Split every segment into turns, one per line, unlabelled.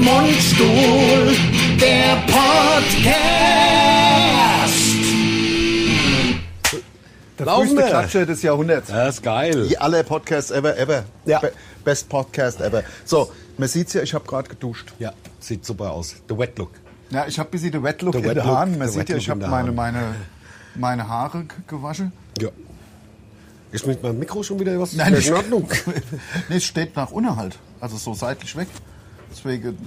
Mundstuhl, der Podcast.
Der
Laufen
früheste
wir.
Klatsche des Jahrhunderts.
Das ist geil.
Wie alle Podcasts ever, ever.
Ja.
Be Best Podcast ever. So, man sieht's ja, ich habe gerade geduscht.
Ja, sieht super aus. The Wet Look.
Ja, ich habe ein bisschen den Wet Look
Der
in
Wet
den
Look,
Haaren. Man
der
sieht
Wet
ja,
Look
ich habe
in den
meine,
Haaren.
meine, meine Haare g- gewaschen.
Ja. Ist mit meinem Mikro schon wieder was?
Nein,
ist in
nicht.
Ordnung.
Nee, es steht nach unten halt. Also so seitlich weg. Deswegen.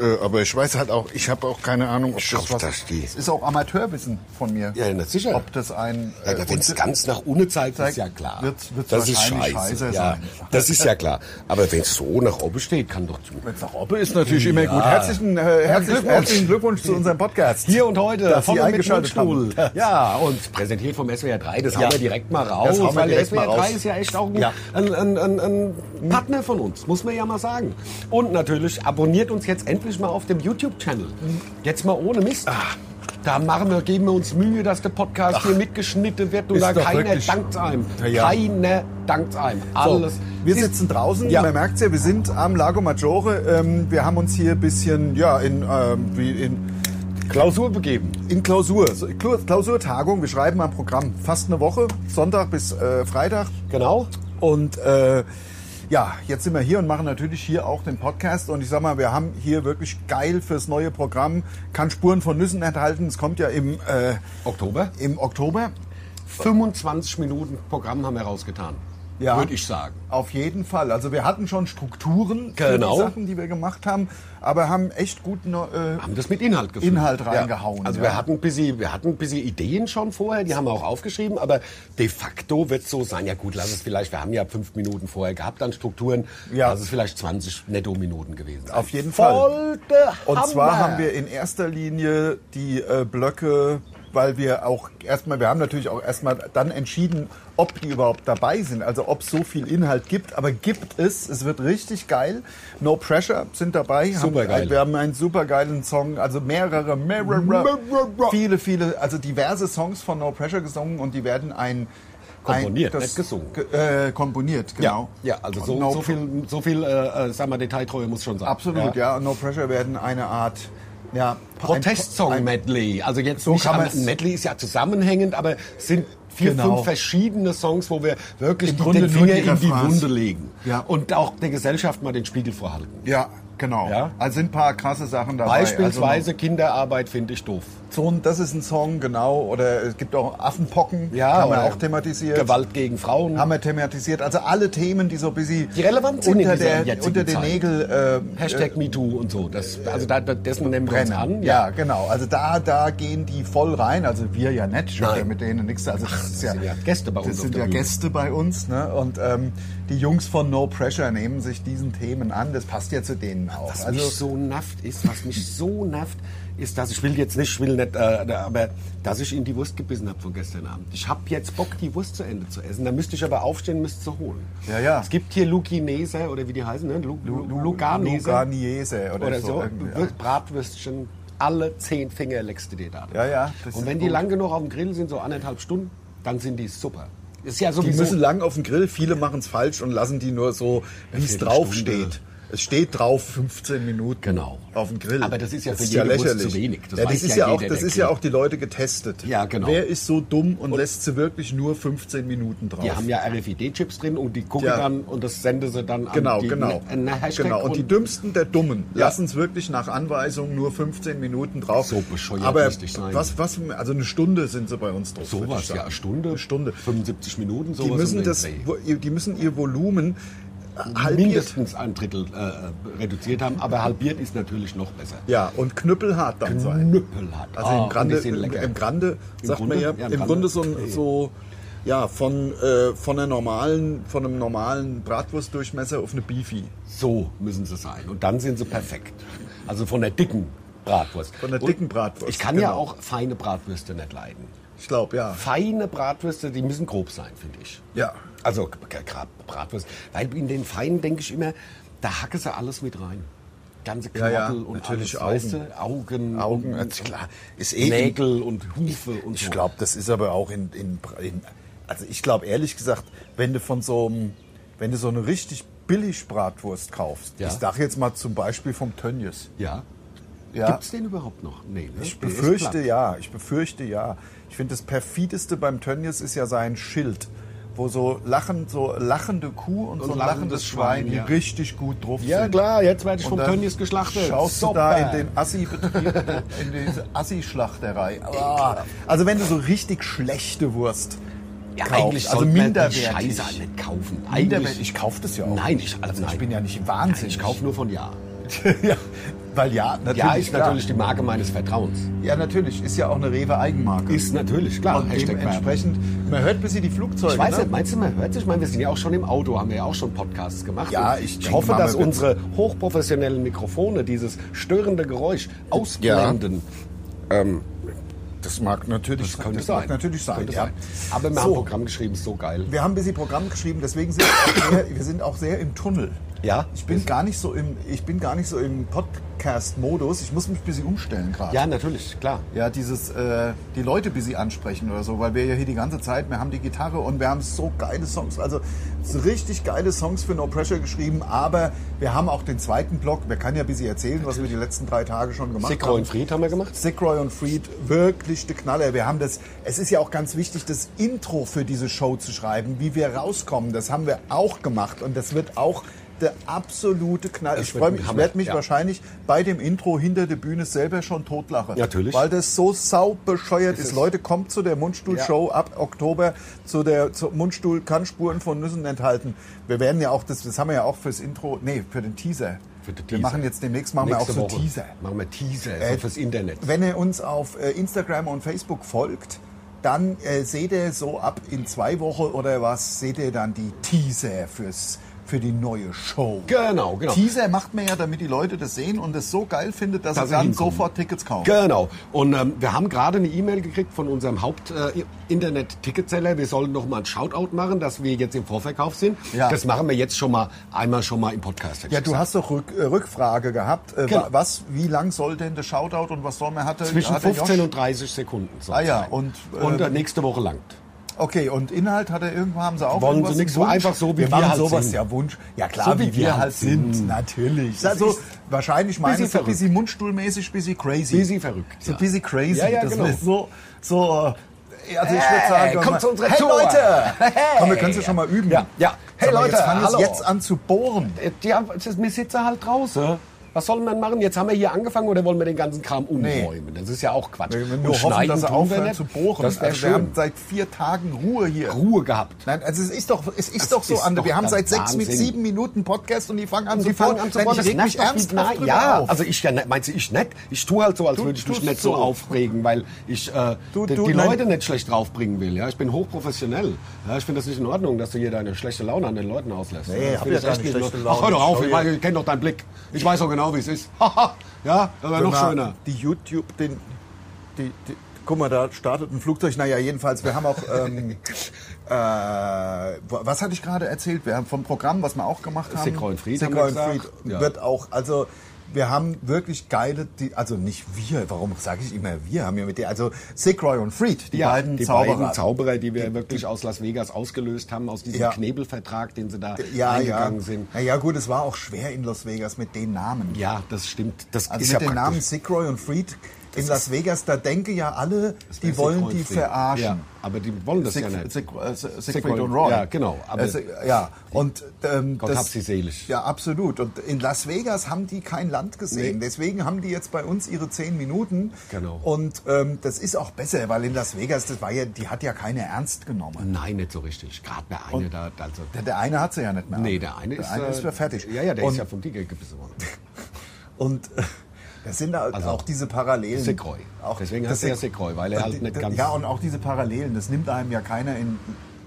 Äh, aber ich weiß halt auch, ich habe auch keine Ahnung, ob
hoffe, dass die-
Es ist auch Amateurwissen von mir.
Ja, na sicher.
Ob das ein.
Ja, wenn es
Äh, und-
ganz nach unten zeigt,
zeigt,
ist ja klar.
wird's- wird's
das ist
wahrscheinlich
scheiße.
scheiße
ja,
sein.
das ist ja klar. Aber wenn es so nach oben steht, kann doch zu.
Wenn's nach oben ist natürlich immer gut. Herzlichen, äh, herzlichen, Glückwunsch. herzlichen Glückwunsch zu unserem Podcast.
Hier und heute
Dass
von
Sie
und mit
eingeschaltet
Mundstuhl.
haben.
Ja, und präsentiert vom SWR 3. Das
Ja.
hauen wir direkt mal raus.
Das hauen wir
weil der
direkt mal
SWR 3
raus.
ist ja echt auch ein,
Ja.
ein, ein, ein, ein Partner von uns, muss man ja mal sagen. Und natürlich abonniert uns jetzt endlich mal auf dem YouTube-Channel. Jetzt mal ohne Mist.
Ah.
Da machen wir, geben wir uns Mühe, dass der Podcast hier mitgeschnitten wird. Und
Ist
da
doch
keiner
wirklich-
dankt einem.
Ja, ja.
Keiner dankt einem. Alles.
So, wir
ist-
sitzen draußen,
Ja.
man merkt ja, wir sind am Lago Maggiore. Ähm, wir haben uns hier ein bisschen ja, in, ähm, wie in,
Klausur begeben.
in Klausur, so, Klu- Klausurtagung, wir schreiben am Programm fast eine Woche, Sonntag bis äh, Freitag.
Genau.
Und äh, ja, jetzt sind wir hier und machen natürlich hier auch den Podcast. Und ich sag mal, wir haben hier wirklich geil fürs neue Programm, kann Spuren von Nüssen enthalten. Es kommt ja im, äh,
Oktober.
im Oktober.
25 Minuten Programm haben wir rausgetan.
Ja.
Würde ich sagen.
Auf jeden Fall. Also wir hatten schon Strukturen
Genau.
für die Sachen, die wir gemacht haben, aber haben echt gut ne-
haben das mit Inhalt gefüllt.
Inhalt reingehauen,
Also
ja.
wir hatten ein bisschen, wir hatten ein bisschen Ideen schon vorher, die haben wir auch aufgeschrieben, aber de facto wird es so sein, ja gut, lass es vielleicht, wir haben ja fünf Minuten vorher gehabt an Strukturen,
Ja.
lass es vielleicht 20 Netto-Minuten gewesen. sein.
Auf jeden Fall.
Voll
äh,
der
und zwar
Hammer.
haben wir in erster Linie die äh, Blöcke, weil wir auch erstmal, wir haben natürlich auch erstmal dann entschieden, ob die überhaupt dabei sind, also ob es so viel Inhalt gibt, aber gibt es, es wird richtig geil. No Pressure sind dabei.
Supergeil.
Haben, wir haben einen supergeilen Song, also mehrere, mehrere,
Mehrere.
viele, viele, also diverse Songs von No Pressure gesungen und die werden ein
Komponiert,
ein,
nicht gesungen.
ge- Äh, komponiert, genau.
Ja, ja, also so,
Und No
so viel, so viel äh, äh, sag mal, Detailtreue muss schon sein.
Absolut, ja. No Pressure werden eine Art ja, ein-
Protestsong-Medley. Also jetzt
So
nicht,
kann
aber
man's-
Medley ist ja zusammenhängend, aber sind vier,
Genau.
fünf verschiedene Songs, wo wir wirklich
Im
die,
Grunde
den
nur die
Finger in die
Refrains.
Wunde legen.
Ja.
Und auch der Gesellschaft mal den Spiegel vorhalten.
Ja, genau.
Ja.
Also sind ein paar krasse Sachen dabei.
Beispielsweise Kinderarbeit finde ich doof.
Also, so ein- das ist ein Song, genau. Oder es gibt auch Affenpocken, haben wir
oder
auch thematisiert.
Gewalt gegen Frauen.
Haben wir thematisiert. Also alle Themen, die so ein bisschen
Die relevant sind in
unter,
dieser
der,
jetzigen
unter den
Zeit.
Nägel äh,
Hashtag MeToo und so. Das, also da, da- dessen nehmen wir uns
brennen.
an.
ja. genau. Also da, da gehen die voll rein. Also wir ja nicht, ich hab
Nein.
ja mit denen nichts. Also das, ist
sind ja Gäste bei uns
Das
auf
sind
der
ja
Bühne.
Gäste bei uns. Ne? Und ähm, die Jungs von No Pressure nehmen sich diesen Themen an. Das passt ja zu denen auch.
Was
also
mich so nervt ist, was mich so nervt, ist, dass ich will jetzt nicht, ich will nicht, äh, da- aber dass ich in die Wurst gebissen habe von gestern Abend. Ich habe jetzt Bock, die Wurst zu Ende zu essen. Da müsste ich aber aufstehen, müsste sie holen.
Ja, ja.
Es gibt hier Luginese oder wie die heißen, ne? Lu, Lu, Lu, Luganese
Luganiese oder,
oder so.
irgendwie, ja.
Wür- Bratwürstchen, alle zehn Finger leckst du dir da.
Ja, ja, das
Und
ist
wenn die
gut.
lang genug auf dem Grill sind, so anderthalb Stunden, dann sind die super. Ist ja
Die
sowieso.
müssen lang auf den Grill. Viele machen es falsch und lassen die nur so, wie es
Viertelstunde.
draufsteht. Es steht drauf 15 Minuten
Genau.
auf dem Grill.
Aber das ist ja für jede Wurst zu wenig. Das
Das, ja,
weiß
das, ist,
ja
ja auch,
jeder,
das
der
ist ja
Grill.
auch die Leute getestet.
Ja, genau.
Wer ist so dumm und, lässt sie wirklich nur 15 Minuten drauf?
Die haben ja RFID-Chips drin und die gucken
Ja.
dann und das senden sie dann
Genau,
an die
genau.
Na, na, Hashtag
genau. Und die Dümmsten der Dummen
Ja.
lassen es wirklich nach Anweisung nur 15 Minuten drauf.
So bescheuert
Aber
müsste ich sein.
Was, was, also eine Stunde sind sie bei uns drauf. würd ich
sowas,
sagen.
ja, eine Stunde,
Eine Stunde.
75 Minuten, sowas.
Die müssen,
um den
das,
Dreh.
wo- ihr- die müssen ihr Volumen halbiert.
mindestens ein Drittel äh, reduziert haben, aber halbiert ist natürlich noch besser.
Ja, und knüppelhart dann sein.
Knüppel hat.
Also
Ah,
im Grande,
und die sind
im,
lecker.
Genau. im Grande
Im
sagt
Grunde?
man ja,
Ja, im
im
Grande.
Grunde so, ein- so ja, von, äh, von, einer normalen, von einem normalen Bratwurstdurchmesser auf eine Beefy.
So müssen sie sein. Und dann sind sie perfekt. Also von der dicken Bratwurst.
Von der
Und
dicken Bratwurst,
Ich kann ja
genau.
auch feine Bratwürste nicht leiden.
Ich glaube, ja.
Feine Bratwürste, die müssen grob sein, finde ich.
Ja.
Also g- gerade Bratwurst. Weil in den Feinen denke ich immer, da hacke sie alles mit rein. Ganze
Ja,
Knorpel
ja,
und
natürlich
alles,
Augen.
Weißt du? Augen.
Augen,
und,
also klar, ist eh
Nägel und Hufe und so.
Ich glaube, das ist aber auch in, in, in also ich glaube ehrlich gesagt, wenn du von so einem, wenn du so eine richtig Billigbratwurst kaufst,
Ja.
ich sage jetzt mal zum Beispiel vom Tönnies.
Ja.
Ja.
Gibt's den überhaupt noch? Nee, ne?
Ich
Der ist
befürchte
platt.
ja, ich befürchte ja. Ich finde das perfideste beim Tönnies ist ja sein Schild, wo so lachend, so lachende Kuh und, so
ein
lachendes,
lachendes
Schwein,
Schwein,
die
ja.
richtig gut drauf
Ja,
sind.
klar, jetzt werde ich
Und
vom
dann
Tönnies geschlachtet.
Schaust du da in den Assi-Betrieb, in diese Assi-Schlachterei. Ah, also wenn du so richtig schlechte Wurst
ja,
kaufst,
eigentlich
also
sollte man die
minderwertig.
Scheiße nicht kaufen.
Minderwertig, ich kaufe das ja auch.
Nein,
nicht.
ich- also
ich
nein.
bin ja nicht
Nein,
wahnsinnig.
ich kaufe nur von Ja.
ja, weil ja, natürlich.
Ja ist
klar.
natürlich die Marke meines Vertrauens.
Ja, natürlich. Ist ja auch eine Rewe-Eigenmarke.
Ist natürlich, klar.
Und
Hashtag
dementsprechend, man hört ein bisschen die Flugzeuge.
Ich weiß
ne?
nicht, meinst du, man hört sich? Ich meine, wir sind ja auch schon im Auto, haben wir ja auch schon Podcasts gemacht.
Ja,
Und
ich denke
hoffe,
mal,
dass
man wird-
unsere hochprofessionellen Mikrofone dieses störende Geräusch ausblenden.
Das mag natürlich das
Könnte
das Mag natürlich sein,
Könnte
ja.
sein. Aber wir haben
So.
Programm geschrieben, ist so geil.
Wir haben ein bisschen Programm geschrieben, deswegen sind wir, auch sehr, wir sind auch sehr im Tunnel.
Ja.
Ich bin gar nicht so im, ich bin gar nicht so im Podcast-Modus. Ich muss mich ein bisschen umstellen gerade.
Ja, natürlich, klar.
Ja, dieses, äh, die Leute ein bisschen ansprechen oder so, weil wir ja hier die ganze Zeit, wir haben die Gitarre und wir haben so geile Songs, also so richtig geile Songs für No Pressure geschrieben, aber wir haben auch den zweiten Block, wir können ja ein bisschen erzählen, was wir die letzten drei Tage schon gemacht
Sick
haben.
und Fried haben wir gemacht.
Sigroy und Fried, wirklich der Knaller. Wir haben das, es ist ja auch ganz wichtig, das Intro für diese Show zu schreiben, wie wir rauskommen. Das haben wir auch gemacht und das wird auch der absolute Knall.
Das
Ich
wird
freue
ein
mich, ich
Hammer,
werde mich
ja.
wahrscheinlich bei dem Intro hinter der Bühne selber schon totlachen.
Natürlich.
Weil das so saubescheuert ist.
ist-
Leute, kommt zu der Mundstuhl-Show ab Oktober, zu der zur Mundstuhl kann Spuren von Nüssen enthalten. Wir werden ja auch, das, das haben wir ja auch fürs Intro, nee, für den Teaser.
Für den
Wir
Teaser.
machen jetzt demnächst machen wir auch so Teaser.
Machen wir Teaser
Äh,
so fürs Internet.
Wenn ihr uns auf äh, Instagram und Facebook folgt, dann äh, seht ihr so ab in zwei Wochen oder was, seht ihr dann die Teaser fürs, für die neue Show.
Genau, genau.
Teaser macht man ja, damit die Leute das sehen und es so geil findet, dass,
Dass
sie
sie
dann
hinkommen.
sofort Tickets kaufen.
Genau. Und ähm, wir haben gerade eine E-Mail gekriegt von unserem Haupt-Internet-Ticketseller. wir sollen noch mal ein Shoutout machen, dass wir jetzt im Vorverkauf sind.
Ja.
Das machen wir jetzt schon mal einmal schon mal im Podcast. hätte
ja,
ich
du
gesagt.
hast doch Rück, äh, Rückfrage gehabt. Äh,
Genau.
wa- Was, wie lang soll denn der Shoutout und was soll man hatte?
zwischen
hatte Josh-
15 und 30 Sekunden. soll's
Ah ja,
sein.
und, äh,
und äh, nächste Woche langt.
Okay, und Inhalt hat er irgendwo haben sie auch
Wollen
irgendwas
sie nichts,
im Wunsch?
einfach so, wie
wir
wir
machen
halt
sowas
sind.
ja Wunsch. Ja klar,
So
wie, wir, halt sind, natürlich.
Das
Also
ist
wahrscheinlich meine ich so ein
verrückt.
bisschen mundstuhlmäßig, ein bisschen crazy.
Bisschen verrückt,
So ein
ja.
bisschen crazy.
Ja, ja,
das
genau.
ist so so äh, also ich würde sagen, wenn
kommt
man-
zu unserer
hey
Tour.
Leute.
Hey.
Komm, wir können es ja schon mal üben.
Ja, ja. Hey,
Hey Leute,
Leute,
jetzt fangen wir
hallo.
jetzt an zu bohren.
Äh, Ja, es ist- wir sitzen halt draußen. Was soll man machen? Jetzt haben wir hier angefangen oder wollen wir den ganzen Kram umräumen? Das ist ja auch Quatsch.
Wir
Und
nur hoffen, dass sie
tun wir
aufhören
nicht.
zu bohren.
Das wäre
also, wir haben
schön.
seit vier Tagen Ruhe hier.
Ruhe gehabt.
Nein, also es ist doch, es ist doch so,
ist
André.
doch
Wir haben
der
seit sechs mit
Wahnsinn.
sieben Minuten Podcast und die fangen an
Und
zu
die fangen an zu bohren.
Ich reg
nervt
mich
doch wie-
ernsthaft
Nein,
drüber
ja,
auf.
also ich ja, nicht- meinst du, ich nicht? Ich tue halt so, als
Du
würde ich mich
tust
nicht so,
so.
aufregen, weil ich äh,
Du-
die,
du-
die
nein.
Leute nicht schlecht draufbringen will. Ja, ich bin hochprofessionell. Ja, ich finde das nicht in Ordnung, dass du hier deine schlechte Laune an den Leuten auslässt.
Nee,
das
hab
finde
ja gar
echt
nicht
in
schlechte
Ordnung.
Laune.
Ach, hör doch auf,
Schau
ich,
hier.
weiß- ich kenne doch deinen Blick. Ich weiß doch genau, wie es ist. ja, das war
Wenn
noch
man
schöner.
Die YouTube, den, die, die, guck mal, da startet ein Flugzeug. Naja, jedenfalls, wir haben auch, ähm, äh, was hatte ich gerade erzählt? Wir haben vom Programm, was wir auch gemacht haben.
Sick Roy Fried
Sick
haben wir
Roy Fried
gesagt. Ja.
wird auch, also wir haben wirklich geile, die, also nicht wir, warum sage ich immer wir, haben ja mit dir, also Sick Roy und Fried, die
Ja,
beiden
die
Zauberer.
beiden Zauberer, die wir wirklich aus Las Vegas ausgelöst haben, aus diesem
Ja.
Knebelvertrag, den sie da
ja, ja.
eingegangen sind.
Na ja, gut, es war auch schwer in Las Vegas mit den Namen.
Ja, das stimmt. Das
Also
ist
mit
ja
den Namen
praktisch.
Sigroy und Fried in Las Vegas, da denken ja alle,
Das
die
wäre
wollen
Siegfried
die
Fried. Ja,
verarschen.
aber die wollen das
Sieg,
ja nicht.
Sieg, äh, Siegfried,
Siegfried
und Roy.
ja, genau, aber-
Äh, Sig- ja, und ähm,
Gott hab sie selig.
Ja, absolut. Und in Las Vegas haben die kein Land gesehen.
Nee.
Deswegen haben die jetzt bei uns ihre zehn Minuten.
Genau.
Und ähm, das ist auch besser, weil in Las Vegas, das war ja, die hat ja keine ernst genommen.
Nein, nicht so richtig. Gerade der eine da. Also,
Der, der eine hat sie ja nicht mehr.
nee, der eine ist.
eine
äh,
ist ja fertig.
Ja, ja, der
und,
ist ja vom Tiger gebissen worden.
Und äh, das sind da
Also
auch diese Parallelen.
Sekreu.
Auch
Deswegen
das
heißt er ja
Sek-
Sekreu, weil er
Und
halt
die-
nicht ganz-
Ja, und auch diese Parallelen, das nimmt einem ja keiner in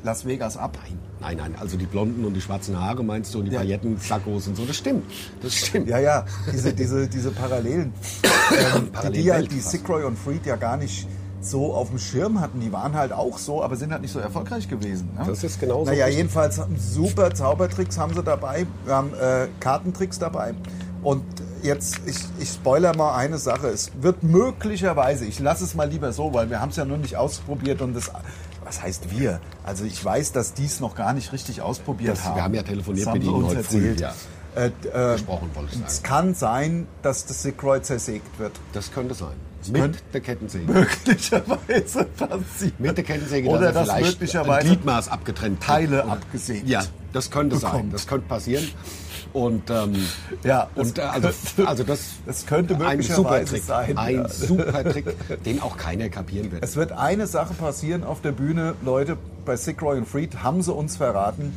Las Vegas ab.
Nein, nein, nein. Also die blonden und die schwarzen Haare meinst du und die
Ja.
Pailletten, Sackos und so. Das stimmt. Das stimmt.
Ja, ja, diese, diese, diese Parallelen, ähm, die, die, ja,
Parallelwelt
die
fast.
Sigroy und Freed ja gar nicht so auf dem Schirm hatten. Die waren halt auch so, aber sind halt nicht so erfolgreich gewesen. Ne?
Das ist genauso
Naja,
richtig.
jedenfalls haben super Zaubertricks haben sie dabei, wir haben äh, Kartentricks dabei. Und jetzt, ich, ich spoiler mal eine Sache. Es wird möglicherweise, ich lasse es mal lieber so, weil wir haben es ja nur nicht ausprobiert und das was heißt wir? Also ich weiß, dass die es noch gar nicht richtig ausprobiert
Das- wir
haben.
haben ja telefoniert
Das haben
mit
sie
ihnen
uns
heute früh,
erzählt.
ja.
Äh, äh,
Gesprochen, wollte ich
es
sagen.
kann sein, dass das Sigroid zersägt wird.
Das könnte sein. Mit
könnte-
der Kettensäge.
Möglicherweise passiert.
Mit der Kettensäge
Oder
dass er
dass
vielleicht
möglicherweise
ein Gliedmaß abgetrennt wird.
Teile
Oder-
abgesägt
Ja, das könnte sein.
bekommt.
Das könnte passieren. Und ähm,
Ja, das
und äh, also,
könnte-
also das,
das könnte
ein super
möglicherweise
Trick,
sein,
ein
ja.
super Trick, den auch keiner kapieren wird.
Es wird eine Sache passieren auf der Bühne, Leute, bei Sick Roy und Freed haben sie uns verraten.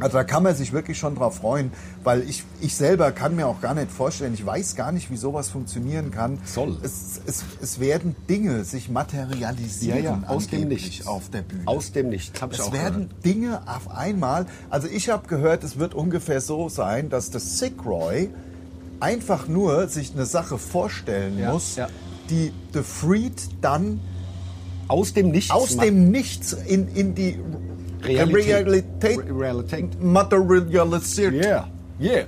Also da kann man sich wirklich schon drauf freuen, weil ich, ich selber kann mir auch gar nicht vorstellen, ich weiß gar nicht, wie sowas funktionieren kann.
Soll.
Es, es, es werden Dinge sich materialisieren
aus dem
angeblich
Nichts
auf der Bühne.
Aus dem Nichts, habe ich
es
auch
werden Dinge auf einmal, also ich habe gehört, es wird ungefähr so sein, dass der Sick Roy einfach nur sich eine Sache vorstellen
Ja,
muss,
ja.
die The Freed dann
gehört. Aus dem Nichts.
aus
ma-
dem Nichts in, in die
Realität.
Realität
Re- Realität.
materialisiert
Yeah, yeah.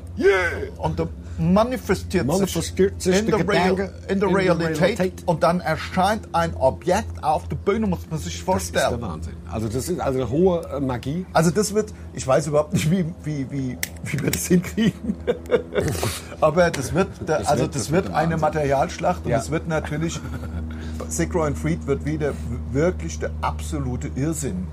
und da manifestiert,
Manifestiert sich
in,
der
der
Gedanke
Real, in der
in der
Realität,
Realität.
und dann erscheint ein Objekt auf der Bühne, muss man sich
Das ist der
vorstellen.
Wahnsinn. Also das ist also hohe äh, Magie.
also das wird, ich weiß überhaupt nicht, wie, wie, wie, wie wir das hinkriegen, aber das wird, da,
Das
also
wird-
das
das
wird
wird
eine
Wahnsinn.
Materialschlacht
Ja.
und es wird natürlich, Sigro und Fried wird wieder wirklich der absolute Irrsinn.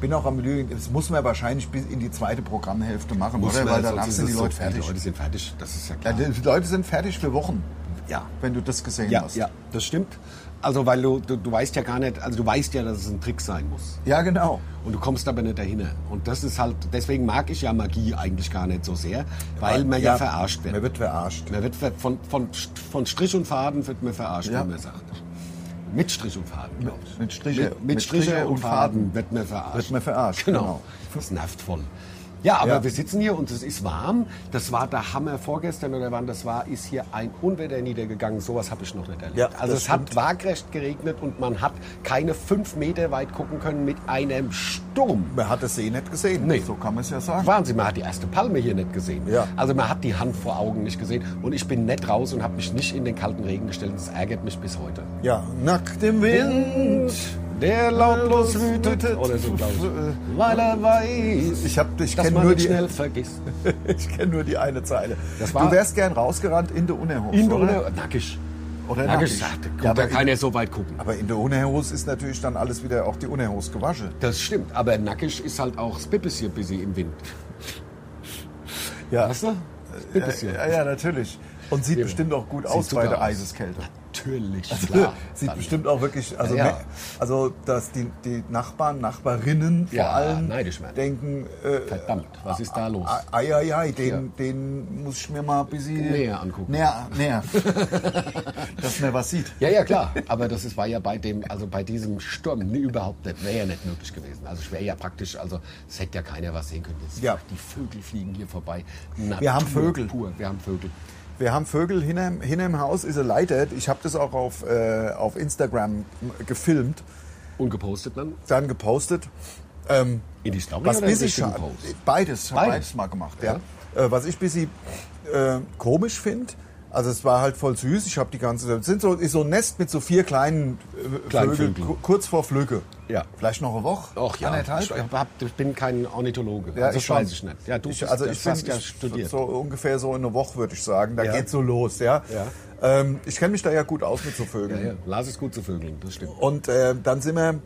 Bin auch am Lügen, das muss man wahrscheinlich bis in die zweite Programmhälfte machen,
Muss
oder?
man,
Weil
sonst
danach
ist
sind die
es so,
Leute fertig.
Die Leute sind fertig, das ist ja
Ja,
klar.
die die Leute sind fertig für Wochen,
Ja.
wenn du das gesehen
Ja,
hast.
ja, das stimmt. Also weil du, du, du weißt ja gar nicht, also du weißt ja, dass es ein Trick sein muss.
ja, genau.
Und du kommst aber nicht dahin. Und das ist halt, deswegen mag ich ja Magie eigentlich gar nicht so sehr, weil man ja, verarscht wird.
Man wird verarscht.
Man wird ver- von, von, von Strich und Faden wird man verarscht,
Ja.
wenn man sagt. Mit Strich und Faden, glaube ich.
mit Striche-
mit, mit Striche und Faden, wird man verarscht.
Wird man verarscht,
Genau.
genau.
Das nervt voll. Ja, aber
Ja.
wir sitzen hier und es ist warm. Das war der Hammer vorgestern oder wann das war, ist hier ein Unwetter niedergegangen. Sowas habe ich noch nicht erlebt.
Ja,
also
das
es hat waagrecht geregnet und man hat keine fünf Meter weit gucken können mit einem Sturm.
Man hat es eh nicht gesehen.
Nee.
So kann man es ja sagen.
Wahnsinn, man hat die erste Palme hier nicht gesehen.
Ja.
Also man hat die Hand vor Augen nicht gesehen und ich bin nett raus und habe mich nicht in den kalten Regen gestellt. Das ärgert mich bis heute.
Ja, nackt im Wind.
Der lautlos
wütet.
wütet
Äh,
oder so, glaub ich. Weil er weiß,
Ich, hab- ich
dass
kenne
man
nur,
ihn
die-
schnell vergisst.
ich kenn nur die eine Zeile.
Das war-
du wärst gern rausgerannt in der Unerhose,
In der
oder?
Uner- nackig.
Oder
Nackig.
nackig.
Ja, da kommt
Äh, Ja,
ja,
aber
da kann er so weit gucken.
Aber in der Unerhose ist natürlich dann alles wieder, auch die Unerhose gewaschen.
Das stimmt, aber nackig ist halt auch das Pippeschen bisschen im Wind.
Ja.
Weißt du? Das Pippeschen.
Äh, Ja, ja, natürlich. Und sieht bestimmt auch gut aus bei
super
der
aus.
Eiseskälte.
Natürlich, klar.
Sieht
Dann-
bestimmt auch wirklich, also,
Ja, ja.
me- also dass die, die Nachbarn, Nachbarinnen vor
Ja,
allem
neidisch, Mann.
denken, äh,
Verdammt, was ist da los?
ei, ei, ei, den,
Ja.
den muss ich mir mal ein bisschen
Näher angucken.
Näher, näher. dass man was sieht.
Ja, ja, klar. Aber das ist, war ja bei dem, also bei diesem Sturm nee, überhaupt nicht, wäre ja nicht möglich gewesen. Also es wäre ja praktisch, also es hätte ja keiner was sehen können. Das-
Ja.
Die Vögel fliegen hier vorbei. Natur
Wir haben Vögel.
Pur. Wir haben Vögel.
Wir haben Vögel hinterm, hinterm Haus, ist er leitet. Ich habe das auch auf, äh, auf Instagram gefilmt,
Und gepostet dann
dann gepostet. Ähm,
in die Story
Was
oder in
bis ich
richtigen
scha-
Post?
beides, hab
Beides.
beides. mal gemacht. Ja. Äh, was ich bis sie äh, komisch finde, also es war halt voll süß. Ich habe die ganze Zeit. Sind so ist so ein Nest mit so vier kleinen äh,
Kleinen
Vögeln,
Vögeln.
ku- kurz vor Flügge.
Ja.
Vielleicht noch eine Woche.
Och ja,
Anderthalb.
ich, hab, ich bin kein Ornithologe.
Ja,
also, das
schon.
weiß ich nicht. Ja, du bist,
also
das
ich
hast
bin
ja
ich-
studiert.
so ungefähr so in einer Woche würde ich sagen. Da
Ja.
geht so los, ja.
Ja.
Ähm, ich kenne mich da ja gut aus mit so Vögeln.
Ja, ja. Lars ist gut zu Vögeln, das stimmt.
Und äh, dann sind wir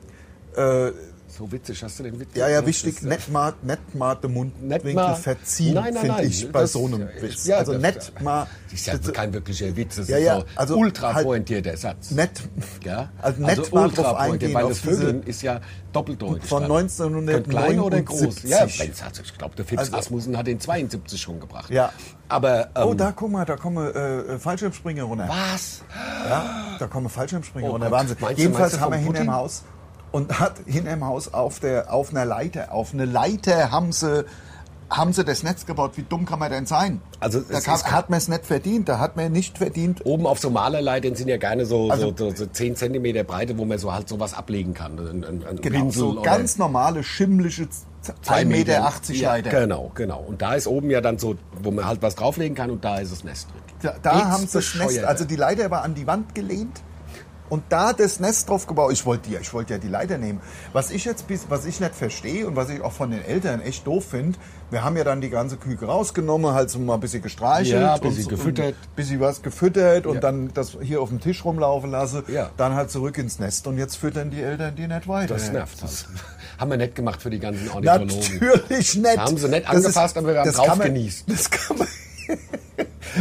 äh,
So witzig, hast du den Witz?
Ja, ja,
Das
wichtig,
ist-
nicht mal, nicht mal den Mundwinkel
mal-
verziehen,
Nein, nein,
finde
nein.
ich, bei
Das-
so einem
ja,
Witz.
ja,
also
das-
nicht mal,
Das ist ja kein wirklicher Witz, das
Ja,
ist
ja,
so
also
ultra
halt-
pointierter Satz.
nicht,
Ja?
also nicht mal drauf
pointiert,
eingehen,
Weil
auf
das
diese,
Vögeln ist ja doppeldeutig.
Von
dann.
1979.
Klein oder groß. Ja, wenn's hat, ich glaube, der Fips
Also-
Asmussen hat den 72 schon gebracht.
Ja.
Aber, ähm,
oh, da, guck mal, da kommen äh, äh, Fallschirmspringer runter.
was?
Ja, da kommen Fallschirmspringer
Ah. Oh
runter,
Gott.
Wahnsinn.
Meinst du-
Jedenfalls
meinst du
haben wir
vom
hinterm
Putin?
Haus und hat hinterm Haus auf, der, auf einer Leiter, auf eine Leiter haben sie, haben sie das Netz gebaut. Wie dumm kann man denn sein?
Also
da
es
kam,
ist-
hat man es nicht verdient, da hat man nicht verdient.
Oben auf so Malerlei, den sind ja gerne so,
Also-
so, so, so 10 cm Breite, wo man so halt sowas ablegen kann. Ein, ein, ein
Genau,
Pinsel
so
oder-
ganz normale, schimmlische 2,80 Meter Leiter.
Ja, genau, genau. Und da ist oben ja dann so, wo man halt was drauflegen kann und da ist das Nest drin.
Da, da
Nichts
haben sie das Nest,
Bescheuerter.
also die Leiter war an die Wand gelehnt und da das Nest drauf gebaut. Ich wollte ja, ich wollte ja die Leiter nehmen. Was ich jetzt bis, was ich nicht verstehe und was ich auch von den Eltern echt doof finde, wir haben ja dann die ganze Küke rausgenommen, halt so mal ein bisschen gestreichelt,
Ja,
und-
bisschen gefüttert.
und ein bisschen was gefüttert und
Ja.
dann das hier auf dem Tisch rumlaufen lasse,
Ja.
dann halt zurück ins Nest und jetzt füttern die Eltern die nicht weiter.
Das nervt halt. Haben wir nett gemacht für die ganzen Ornithologen.
Natürlich nicht.
Da haben sie nicht
Das ist-
angepasst, aber wir haben
das
drauf
kann man,
genießt.
Das kann man.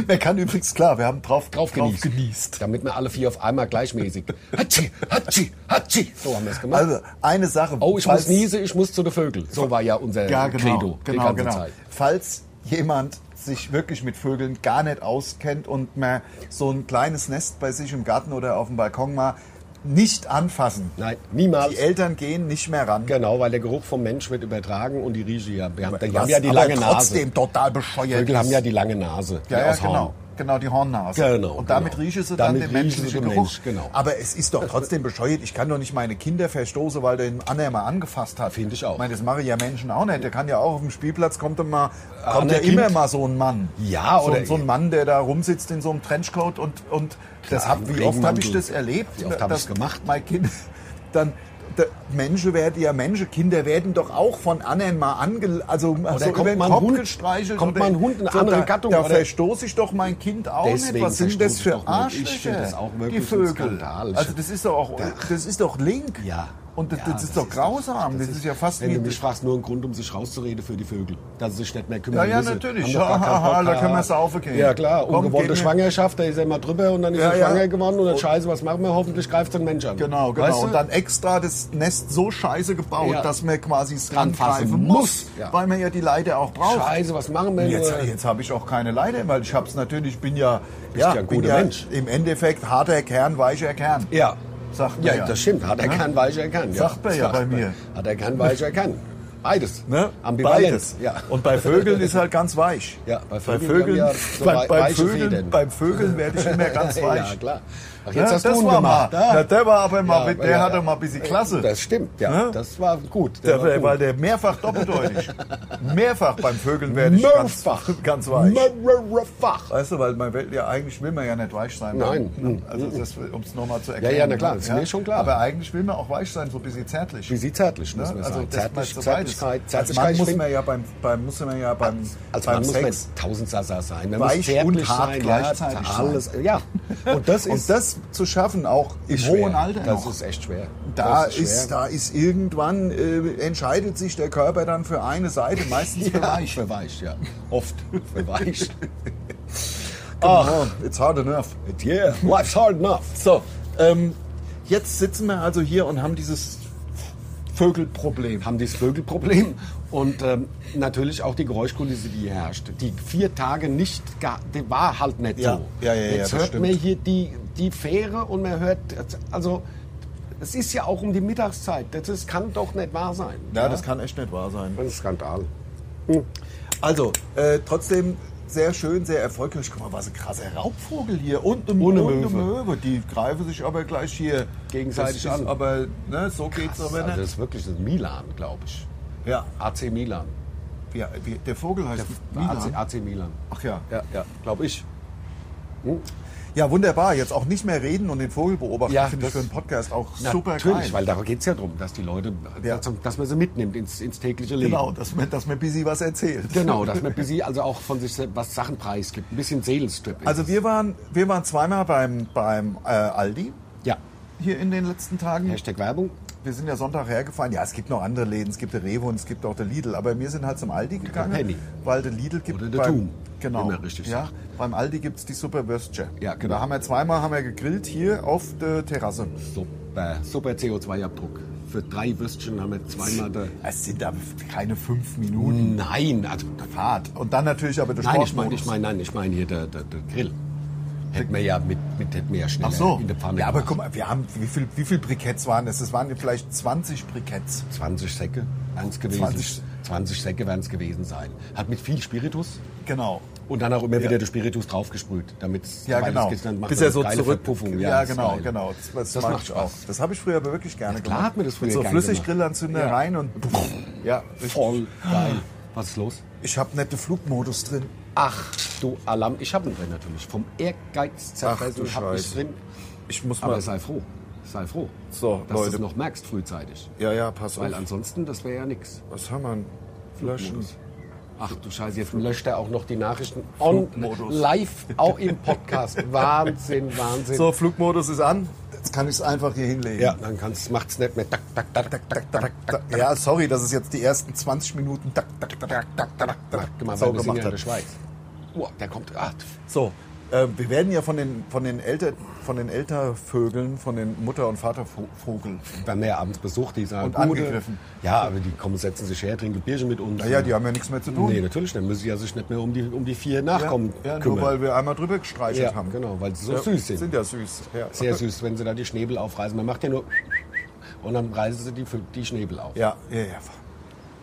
Man kann übrigens klar, wir haben drauf,
Drauf genießt. Damit wir alle vier auf einmal gleichmäßig. Hatschi, hatschi, hatschi. So haben wir es gemacht.
Also eine Sache.
oh, ich
falls-
muss niese, ich muss zu den Vögeln. So war ja unser
Ja,
Credo
genau.
die
Genau,
ganze
genau.
Zeit.
Falls jemand sich wirklich mit Vögeln gar nicht auskennt und man so ein kleines Nest bei sich im Garten oder auf dem Balkon mal nicht anfassen.
Nein, niemals.
Die Eltern gehen nicht mehr ran.
Genau, weil der Geruch vom Mensch wird übertragen und die Rieche ja. Wir haben, die
Was
haben ja die
aber
lange Nase.
trotzdem total bescheuert.
Vögel haben
ist.
ja die lange Nase. die
Ja, ja
aus Horn.
genau. Genau, die Hornnase.
Genau,
Und damit
genau.
riechen sie
Damit
dann den
riechen sie
menschlichen
den
Geruch.
Mensch, genau.
Aber es ist doch trotzdem bescheuert. Ich kann doch nicht meine Kinder verstoßen, weil der einen anderen mal angefasst hat.
Finde ich auch.
Ich meine, das machen ja Menschen auch nicht. Der kann ja auch auf dem Spielplatz, kommt, dann mal, kommt
Ander
ja immer
Kind.
mal so ein Mann.
Ja,
so,
oder-
So ein Mann, der da rumsitzt in so einem Trenchcoat und, und das hab, wie oft habe ich
Regenmantel.
das erlebt?
Wie oft hab
dass
ich's gemacht?
Mein Kind, dann... der- Menschen werden ja Menschen, Kinder werden doch auch von anderen mal ange, also
Oder
so
kommt
über den
mal ein
Kopf
Hund-
gestreichelt.
kommt
oder-
mal ein Hund, eine
so,
andere
da,
Gattung,
Da
oder-
verstoße ich doch mein Kind auch nicht.
Deswegen
Was sind das
verstoße ich
für
doch nicht. Ich
Arschlöcher?
finde das auch wirklich
die
ein
Vögel.
Skandal. Ich-
Also das ist doch auch, das ist doch link.
Ja.
Und das,
ja,
das, ist doch grausam. Das,
das
ist, ja fast
Wenn
wie
du mich fragst, nur ein Grund, um sich rauszureden für die Vögel. Dass sie sich nicht mehr
Ja,
kümmern
ja,
müssen.
natürlich.
Haben doch gar
Ja,
keinen
haha,
Bock
da
gehabt.
können wir's aufgehen.
Ja, klar.
Komm,
Ungewollte
gehen wir-
Schwangerschaft, da ist er mal drüber und dann ist
Ja,
er
ja.
schwanger geworden und dann scheiße, was machen wir? Hoffentlich greift ein Mensch an.
Genau, genau.
Weißt du?
Und dann extra das Nest so scheiße gebaut,
Ja.
dass man quasi es
Anfassen
angreifen muss,
muss. Ja.
weil man ja die Leiter auch braucht.
Scheiße, was machen wir
Jetzt,
nur?
jetzt habe ich auch keine Leiter, weil ich hab's natürlich, bin ja,
ja ein
bin
guter Mensch.
im Endeffekt harter Kern, weicher Kern.
Ja.
Sagt man
Ja,
ja.
das stimmt. Hat er
Ne?
keinen weicher erkannt.
Sagt man ja bei mir.
Hat er keinen weicher erkannt. Beides.
Ne?
Ambivalent.
Beides.
Ja.
Und bei Vögeln ist halt ganz weich.
Ja, bei Vögeln
Vögeln-
haben ja so
bei,
wei-
bei
weiche
Vögeln,
Federn.
beim Vögeln werde ich immer ganz weich.
Ja, klar. Ach,
Ja, das
ihn
war mal.
ah.
Ja, der war aber mal,
Ja,
mit- der
ja,
hatte
ja.
mal ein bisschen Klasse.
Das stimmt, ja.
Ne?
Das war gut.
der,
war
der
gut.
war der mehrfach doppeldeutig. mehrfach beim Vögeln werde ich ganz,
Mehrfach.
ganz weich.
Mehrfach.
Weißt du, weil man will ja eigentlich will man ja nicht weich sein.
Nein.
Ne? Also das, um es nochmal zu
ja,
erklären.
na klar,
ne?
ist mir schon klar.
Aber eigentlich will man auch weich sein, so ein bisschen zärtlich.
Wie sie zärtlich, muss man
Ne? Also
sagen.
das
Zärtlich,
meinst du beides.
Zärtlichkeit,
Als
Zärtlichkeit.
Mann muss
schwingt-
Also man ja beim, beim, muss man ja beim,
als
beim
Mann muss Also man
Sex
Tausendsasser sein. Man
Weich
muss zärtlich
und hart
sein,
gleichzeitig
ja, alles, ja. Und das
Und
ist
das zu schaffen, auch im
schwer.
hohen Alter
Das
noch.
ist echt schwer.
da
das
ist, da ist irgendwann äh, entscheidet sich der Körper dann für eine Seite, meistens für
ja,
weich.
für weich, ja. Oft für weich. genau.
Ach, it's hard enough.
Yeah, life's hard enough.
So, ähm, jetzt sitzen wir also hier und haben dieses Vögelproblem.
haben dieses Vögelproblem und ähm, natürlich auch die Geräuschkulisse, die hier herrscht. Die vier Tage nicht, geha- die war halt nicht
Ja,
so.
ja, ja, ja,
Jetzt
das
hört
stimmt.
man hier die, die Fähre und man hört, also es ist ja auch um die Mittagszeit. Das ist, kann doch nicht wahr sein.
Ja, das kann echt nicht wahr sein.
Das ist ein Skandal.
Also, äh, trotzdem sehr schön, sehr erfolgreich. Guck mal, was ein krasser Raubvogel hier. Und eine,
Ohne
und eine
Möwe.
Möwe. Die greifen sich aber gleich hier
Gegenseitig
das ist
an.
Aber, ne, so geht's
Das,
aber
also
nicht.
das ist wirklich das ist Milan, glaube ich.
Ja,
AC Milan.
wie, wie, der Vogel heißt
AC,
Milan.
AC Milan.
Ach ja.
Ja, ja, glaube ich.
Ja, wunderbar. Jetzt auch nicht mehr reden und den Vogel beobachten,
Ja,
finde ich für
das-
einen Podcast auch super
Natürlich,
geil.
weil darum geht es ja darum, dass die Leute,
Ja.
dass, dass man sie mitnimmt ins, ins tägliche Leben.
genau, dass man, dass man ein bisschen was erzählt.
Genau, dass man ein bisschen also auch von sich selbst was Sachen preisgibt. Ein bisschen Seelenstrip. ist
Also
es.
wir waren, wir waren zweimal beim, beim äh, Aldi
Ja.
hier in den letzten Tagen.
Hashtag Werbung.
Wir sind ja Sonntag hergefahren. Ja, es gibt noch andere Läden. Es gibt der Rewe und es gibt auch der Lidl. Aber wir sind halt zum Aldi gegangen,
Penny.
weil der Lidl gibt
Oder der
beim,
Thum,
genau.
wie man richtig
ja,
sagt.
beim Aldi gibt es die Super Würstchen.
Ja, genau.
Da haben wir zweimal haben wir gegrillt hier auf der Terrasse.
Super, super CO2-Abdruck. Für drei Würstchen haben wir zweimal da.
Es sind aber keine fünf Minuten
Nein, also
Fahrt. Und dann natürlich aber der
nein, ich meine,
Sportmodus.
ich meine, nein, ich meine hier der, der, der Grill. Hätten wir ja mit, mit hätten wir ja schneller
Ach so.
in der Pfanne.
Ja, aber
gemacht.
guck mal, wir haben, wie viel, wie viel Briketts waren das? Es waren vielleicht 20 Briketts.
20 Säcke wären es gewesen.
20.
20, Säcke werden es gewesen sein. Hat mit viel Spiritus
Genau.
und dann auch immer wieder den Spiritus draufgesprüht, damit
Ja, genau.
Dann macht
Bis
er
er so
geile
zurück.
Verpuffung.
ja,
ist
genau,
geil.
genau. Das, das,
Das
mag
macht
ich
Spaß.
auch. Das habe ich früher aber wirklich gerne
klar
gemacht.
hat man das früher
Mit so
gern
Flüssiggrillanzünder
gemacht. Ja.
rein und. Ja.
Voll geil. Was ist los?
Ich habe nette Flugmodus drin.
Ach, du Alarm. Ich habe ihn drin natürlich. Vom Ehrgeiz zerfressen
Ach, du
hab ich
Scheiße.
drin.
Ich muss mal.
Aber sei froh. Sei froh.
So,
dass du es
Leute.
noch merkst frühzeitig.
Ja, ja, pass auf.
Weil ansonsten, das wäre ja nix.
Was haben wir? denn? Flaschen.
Ach du Scheiße, jetzt löscht er auch noch die Nachrichten on,
Flugmodus.
live, auch im Podcast. Wahnsinn, Wahnsinn.
So, Flugmodus ist an.
Jetzt kann ich es einfach hier hinlegen.
Ja, dann kannst, macht's nicht mehr. Tak, tak, tak, tak, tak, tak, tak, tak.
Ja, sorry, dass es jetzt die ersten 20 Minuten tak, tak, tak, tak, tak, tak, tak,
Guck mal,
sau
weil wir sind
gemacht
ja in der
hat.
Schweiz. Uah, der kommt. Ah,
So, äh, wir werden ja von den, von den, Elter, von den Eltervögeln, von den Mutter- und Vatervogel.
wenn wir ja abends besucht, die sagen,
Und
Gude.
angegriffen.
Ja, aber die kommen, setzen sich her, trinken Bierchen mit uns.
Naja, die haben Ah ja nichts mehr zu tun.
Nee, natürlich, dann müssen sie ja sich nicht mehr um die, um die vier Nachkommen
ja, ja, nur
kümmern.
weil wir einmal drüber gestreichelt
ja,
haben.
genau, weil sie so
Ja,
süß sind.
Sind ja süß. Ja.
Sehr süß, wenn sie da die Schnäbel aufreißen. Man macht ja nur und dann reißen sie die, die Schnäbel auf.
Ja, ja, ja.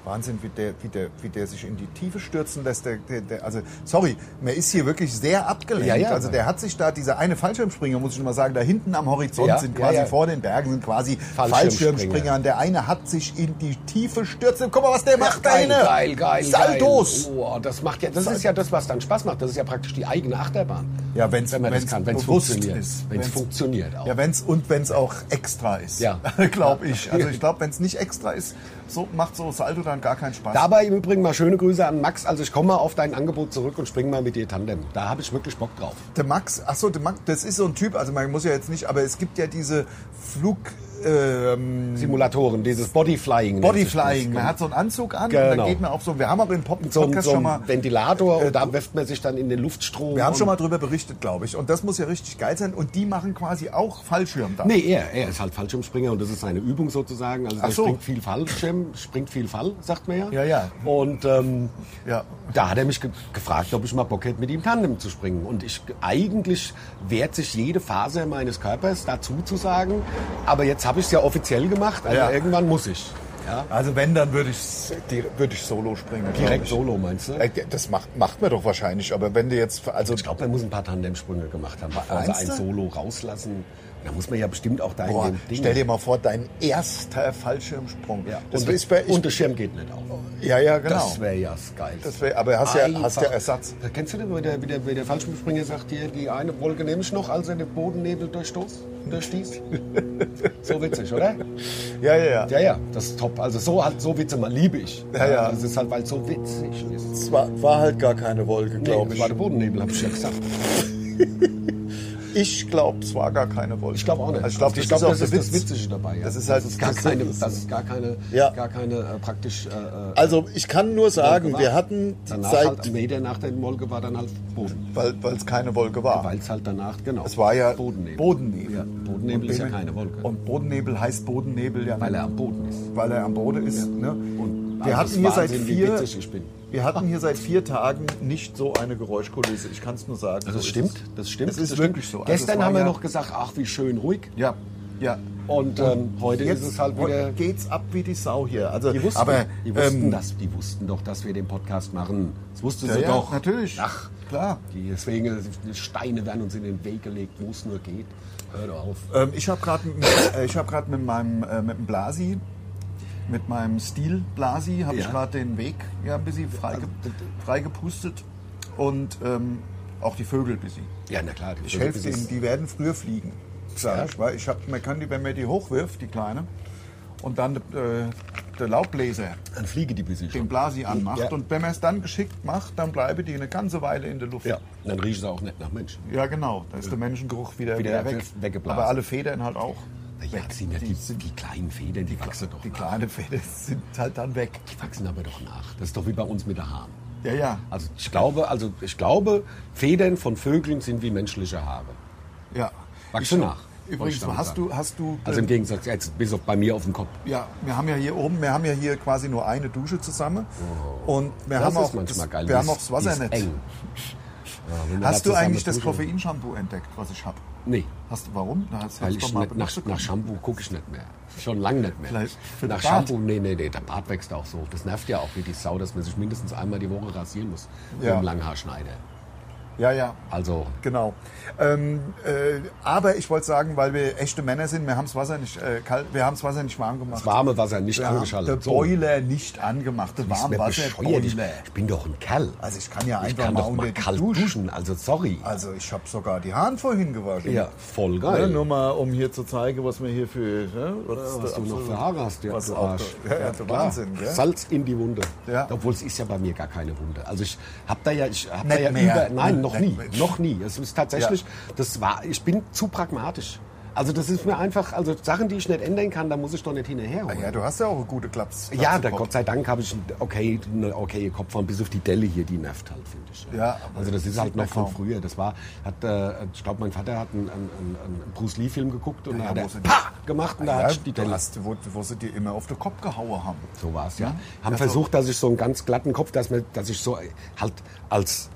Wahnsinn, wie der, wie, der, wie der sich in die Tiefe stürzen lässt. Der, der, der, also, sorry, man ist hier wirklich sehr abgelenkt.
Ja, ja.
Also der hat sich da, dieser eine Fallschirmspringer, muss ich mal sagen, da hinten am Horizont
Ja,
sind
ja,
quasi
ja.
vor den Bergen, sind quasi
Fallschirmspringer.
Fallschirmspringer. Der eine hat sich in die Tiefe stürzen. Guck mal, was der macht,
geil,
der
geil,
eine.
geil,
Saltos.
Geil. Oh, das macht ja, das ist ja das, was dann Spaß macht. Das ist ja praktisch die eigene Achterbahn.
Ja, wenn's-
wenn man das
wenn's
kann, wenn es
bewusst
funktioniert,
ist.
wenn es
Wenn's-
funktioniert auch.
Ja, wenn's und wenn's auch extra ist.
Ja.
glaube ich. Also ich glaube, wenn's nicht extra ist, so macht so Salto dann gar keinen Spaß.
Dabei im Übrigen mal schöne Grüße an Max. Also ich komme mal auf dein Angebot zurück und springe mal mit dir Tandem. Da habe ich wirklich Bock drauf.
Der Max, ach so, der Max, das ist so ein Typ, also man muss ja jetzt nicht, aber es gibt ja diese Flug ähm,
Simulatoren, dieses Bodyflying. nennt sich das.
Bodyflying. Man hat so einen Anzug an und
Genau.
dann geht man auf so, wir haben auch in Pop
so einen,
Podcast
so
ne? schon
einen
mal Äh,
Ventilator und da wirft man sich dann in den Luftstrom.
wir haben schon
und-
mal drüber berichtet, glaube ich. Und das muss ja richtig geil sein. Und die machen quasi auch Fallschirm da.
Nee, er, er ist halt Fallschirmspringer und das ist seine Übung sozusagen. Also
Ach
er
so.
springt viel Fallschirm, springt viel Fall, sagt man ja.
Ja, ja.
Und ähm,
Ja.
da hat er mich ge gefragt, ob ich mal Bock hätte, mit ihm Tandem zu springen. Und ich eigentlich wehrt sich jede Phase meines Körpers dazu zu sagen, aber jetzt habe ich es ja offiziell gemacht, also
Ja.
irgendwann muss ich. Ja.
Also wenn, dann würde ich, würde ich solo springen. glaub
Direkt
ich.
solo, meinst du?
Äh, Das macht, macht man doch wahrscheinlich, aber wenn du jetzt, also
Ich glaube, man muss ein paar Tandemsprünge gemacht haben, bevor sie
Meinst
ein
du?
Solo rauslassen. Da muss man ja bestimmt auch da
boah,
in dem Ding.
stell dir mal vor, dein erster Fallschirmsprung.
ja.
Das
und,
ist bei,
und der Schirm geht nicht auf.
ja, ja, genau.
Das wäre ja das Geilste.
Das wär- aber hast ja- hast ja Ersatz.
Da kennst du den, wie der, wie der, wie der Fallschirmspringer sagt, hier, die eine Wolke nehme ich noch, als er den Bodennebel durchstoß, durchstieß. so witzig, oder?
ja, ja, ja.
Ja, ja, das ist top. Also so halt, so Witze mal liebe ich.
Ja, ja.
Das ist halt, weil es so witzig ist.
Es war, war halt gar keine Wolke, glaube
das war der Bodennebel, habe ich ja gesagt.
Ich glaube, es war gar keine Wolke.
Ich glaube auch nicht.
Also ich glaube,
Also
das,
ich glaub,
ist auch
das
der
ist das
Witz.
Witzige dabei. Ja.
Das ist halt-
das ist gar
das-
keine, das ist gar keine,
Ja.
gar keine äh, praktisch. Äh, äh,
Also, ich kann nur sagen, wir hatten
danach
seit.
halt, am Meter nach der Molke war dann halt Boden.
Weil es keine Wolke war.
Weil es halt danach, genau.
es war ja
Bodennebel.
Bodennebel.
Ja, Bodennebel
Und
ist ja
Nebel-
keine Wolke.
Und Bodennebel heißt Bodennebel ja,
weil
nicht,
er am Boden ist.
weil er am Boden ist. Ne?
Und
wir
also
hatten hier
es ist
seit
Wahnsinn, wie
vier,
witzig ich bin.
wir hatten hier seit vier Tagen nicht so eine Geräuschkulisse. Ich kann es nur sagen. so
Das
ist
Also stimmt,
es.
das stimmt.
Es ist
das
wirklich so.
stimmt.
Also es
Gestern
war
haben wir
ja-
noch gesagt, ach wie schön ruhig.
Ja, ja.
Und ähm, heute
Jetzt
ist es halt wieder.
geht's ab wie die Sau hier. Also,
Die wussten,
aber
die, wussten
ähm,
das, die wussten doch, dass wir den Podcast machen. Das wussten
Ja,
sie
ja,
doch.
natürlich.
Ach,
Klar.
Die, deswegen die Steine werden uns in den Weg gelegt, wo es nur geht. Hör doch auf.
Ähm, ich habe gerade mit, äh, ich hab grad mit meinem äh, mit dem Blasi, mit meinem Stil Blasi, habe ich
Ja.
gerade den Weg ja, ein bisschen freige, freigepustet und ähm, auch die Vögel ein bisschen. Also
Ja, na klar. die
Ich helfe
Vögel-
denen, die werden früher fliegen, sag
Ja.
ich. Weil ich hab, man kann die, wenn man die hochwirft, die Kleine, und dann äh, der Laubbläser
Dann fliege die bis
den
schon.
Blasi anmacht
Ja.
und wenn man es dann geschickt macht, dann bleibe die eine ganze Weile in der Luft.
Ja, dann riecht es auch nicht nach Mensch.
Ja, genau. Da ist der Menschengeruch wieder,
Wieder
wieder, weg.
weggeblasen.
Aber alle Federn halt auch.
Ja, das sind ja die, die kleinen Federn, die wachsen doch
Die
nach.
kleinen Federn sind halt dann weg.
Die wachsen aber doch nach. Das ist doch wie bei uns mit der Haaren.
Ja, ja.
Also ich glaube, also ich glaube, Federn von Vögeln sind wie menschliche Haare.
ja.
Wachsen nach. wollte ich
Übrigens,
damit
hast
sagen.
du, hast du, äh,
Also im Gegensatz, jetzt bis auf bei mir auf dem Kopf.
ja, wir haben ja hier oben, wir haben ja hier quasi nur eine Dusche zusammen und wir
Oh. Das
haben
ist
auch,
manchmal
das,
geil.
wir
Die
haben auch
ist-
das
die
Wasser
ist
nicht.
eng. Ja, wenn man
Hast
da
du eigentlich das
zusammen duschen-
Koffeinshampoo entdeckt, was ich habe?
Nee,
Hast du, warum? Da hast du
weil
jetzt
ich
doch
nicht, nach,
benutzt.
nach Shampoo gucke ich nicht mehr. Schon lange nicht mehr.
Vielleicht für
nach
den Bart.
Shampoo, nee, nee, nee, der Bart wächst auch so. Das nervt ja auch wie die Sau, dass man sich mindestens einmal die Woche rasieren muss.
Ja.
Mit dem Langhaarschneider.
Ja, ja.
Also,
Genau. Ähm, äh, aber ich wollte sagen, weil wir echte Männer sind, wir haben das Wasser nicht äh, kalt, wir haben das Wasser nicht warm gemacht.
warme Wasser nicht
wir haben
angeschaltet.
den Boiler nicht angemacht, den
Ist mir bescheuert. Ich,
Warmwasser-Boiler.
ich bin doch ein Kerl.
Also ich kann ja
ich
einfach
kann
mal
doch mal
unter die
kalt duschen. Also sorry.
Also ich habe sogar die Haaren vorhin gewaschen.
Ja, voll
Ja,
geil.
nur mal, um hier zu zeigen, was wir hier für. Ne? Was,
was du noch für Haare hast, ja,
Was
du
auch
Arsch.
da- ja, ja, der
klar.
Wahnsinn, gell?
Salz in die Wunde.
Ja.
Obwohl es ist ja bei mir gar keine Wunde. Also ich habe da ja, ich hab da
Nicht
ja
mehr.
über, nein, noch nie,
Nicht mehr.
noch nie. Es ist tatsächlich, das war, ich bin zu pragmatisch. Also das ist mir einfach, also Sachen, die ich nicht ändern kann, da muss ich doch nicht hinterher.
Ja, du hast ja auch eine gute Klaps.
Ja, da Gott sei Dank habe ich einen okay, eine okaye Kopfform, bis auf die Delle hier, die nervt halt, finde ich.
Ja, aber
also das ist halt
sieht man
noch von
kaum.
früher. Das war, hat, äh, ich glaube, mein Vater hat einen, einen, einen- einen Bruce Lee-Film geguckt und
Ja,
da
wo
hat
sie
er
die-
Pah! gemacht und da
ja,
hat ich die
du
Delle.
hast, wo, wo sie dir immer auf den Kopf gehauen haben.
So war es, ja.
Mhm.
Haben
Ja, so-
versucht, dass ich so einen ganz glatten Kopf, dass, man, dass ich so äh, halt als,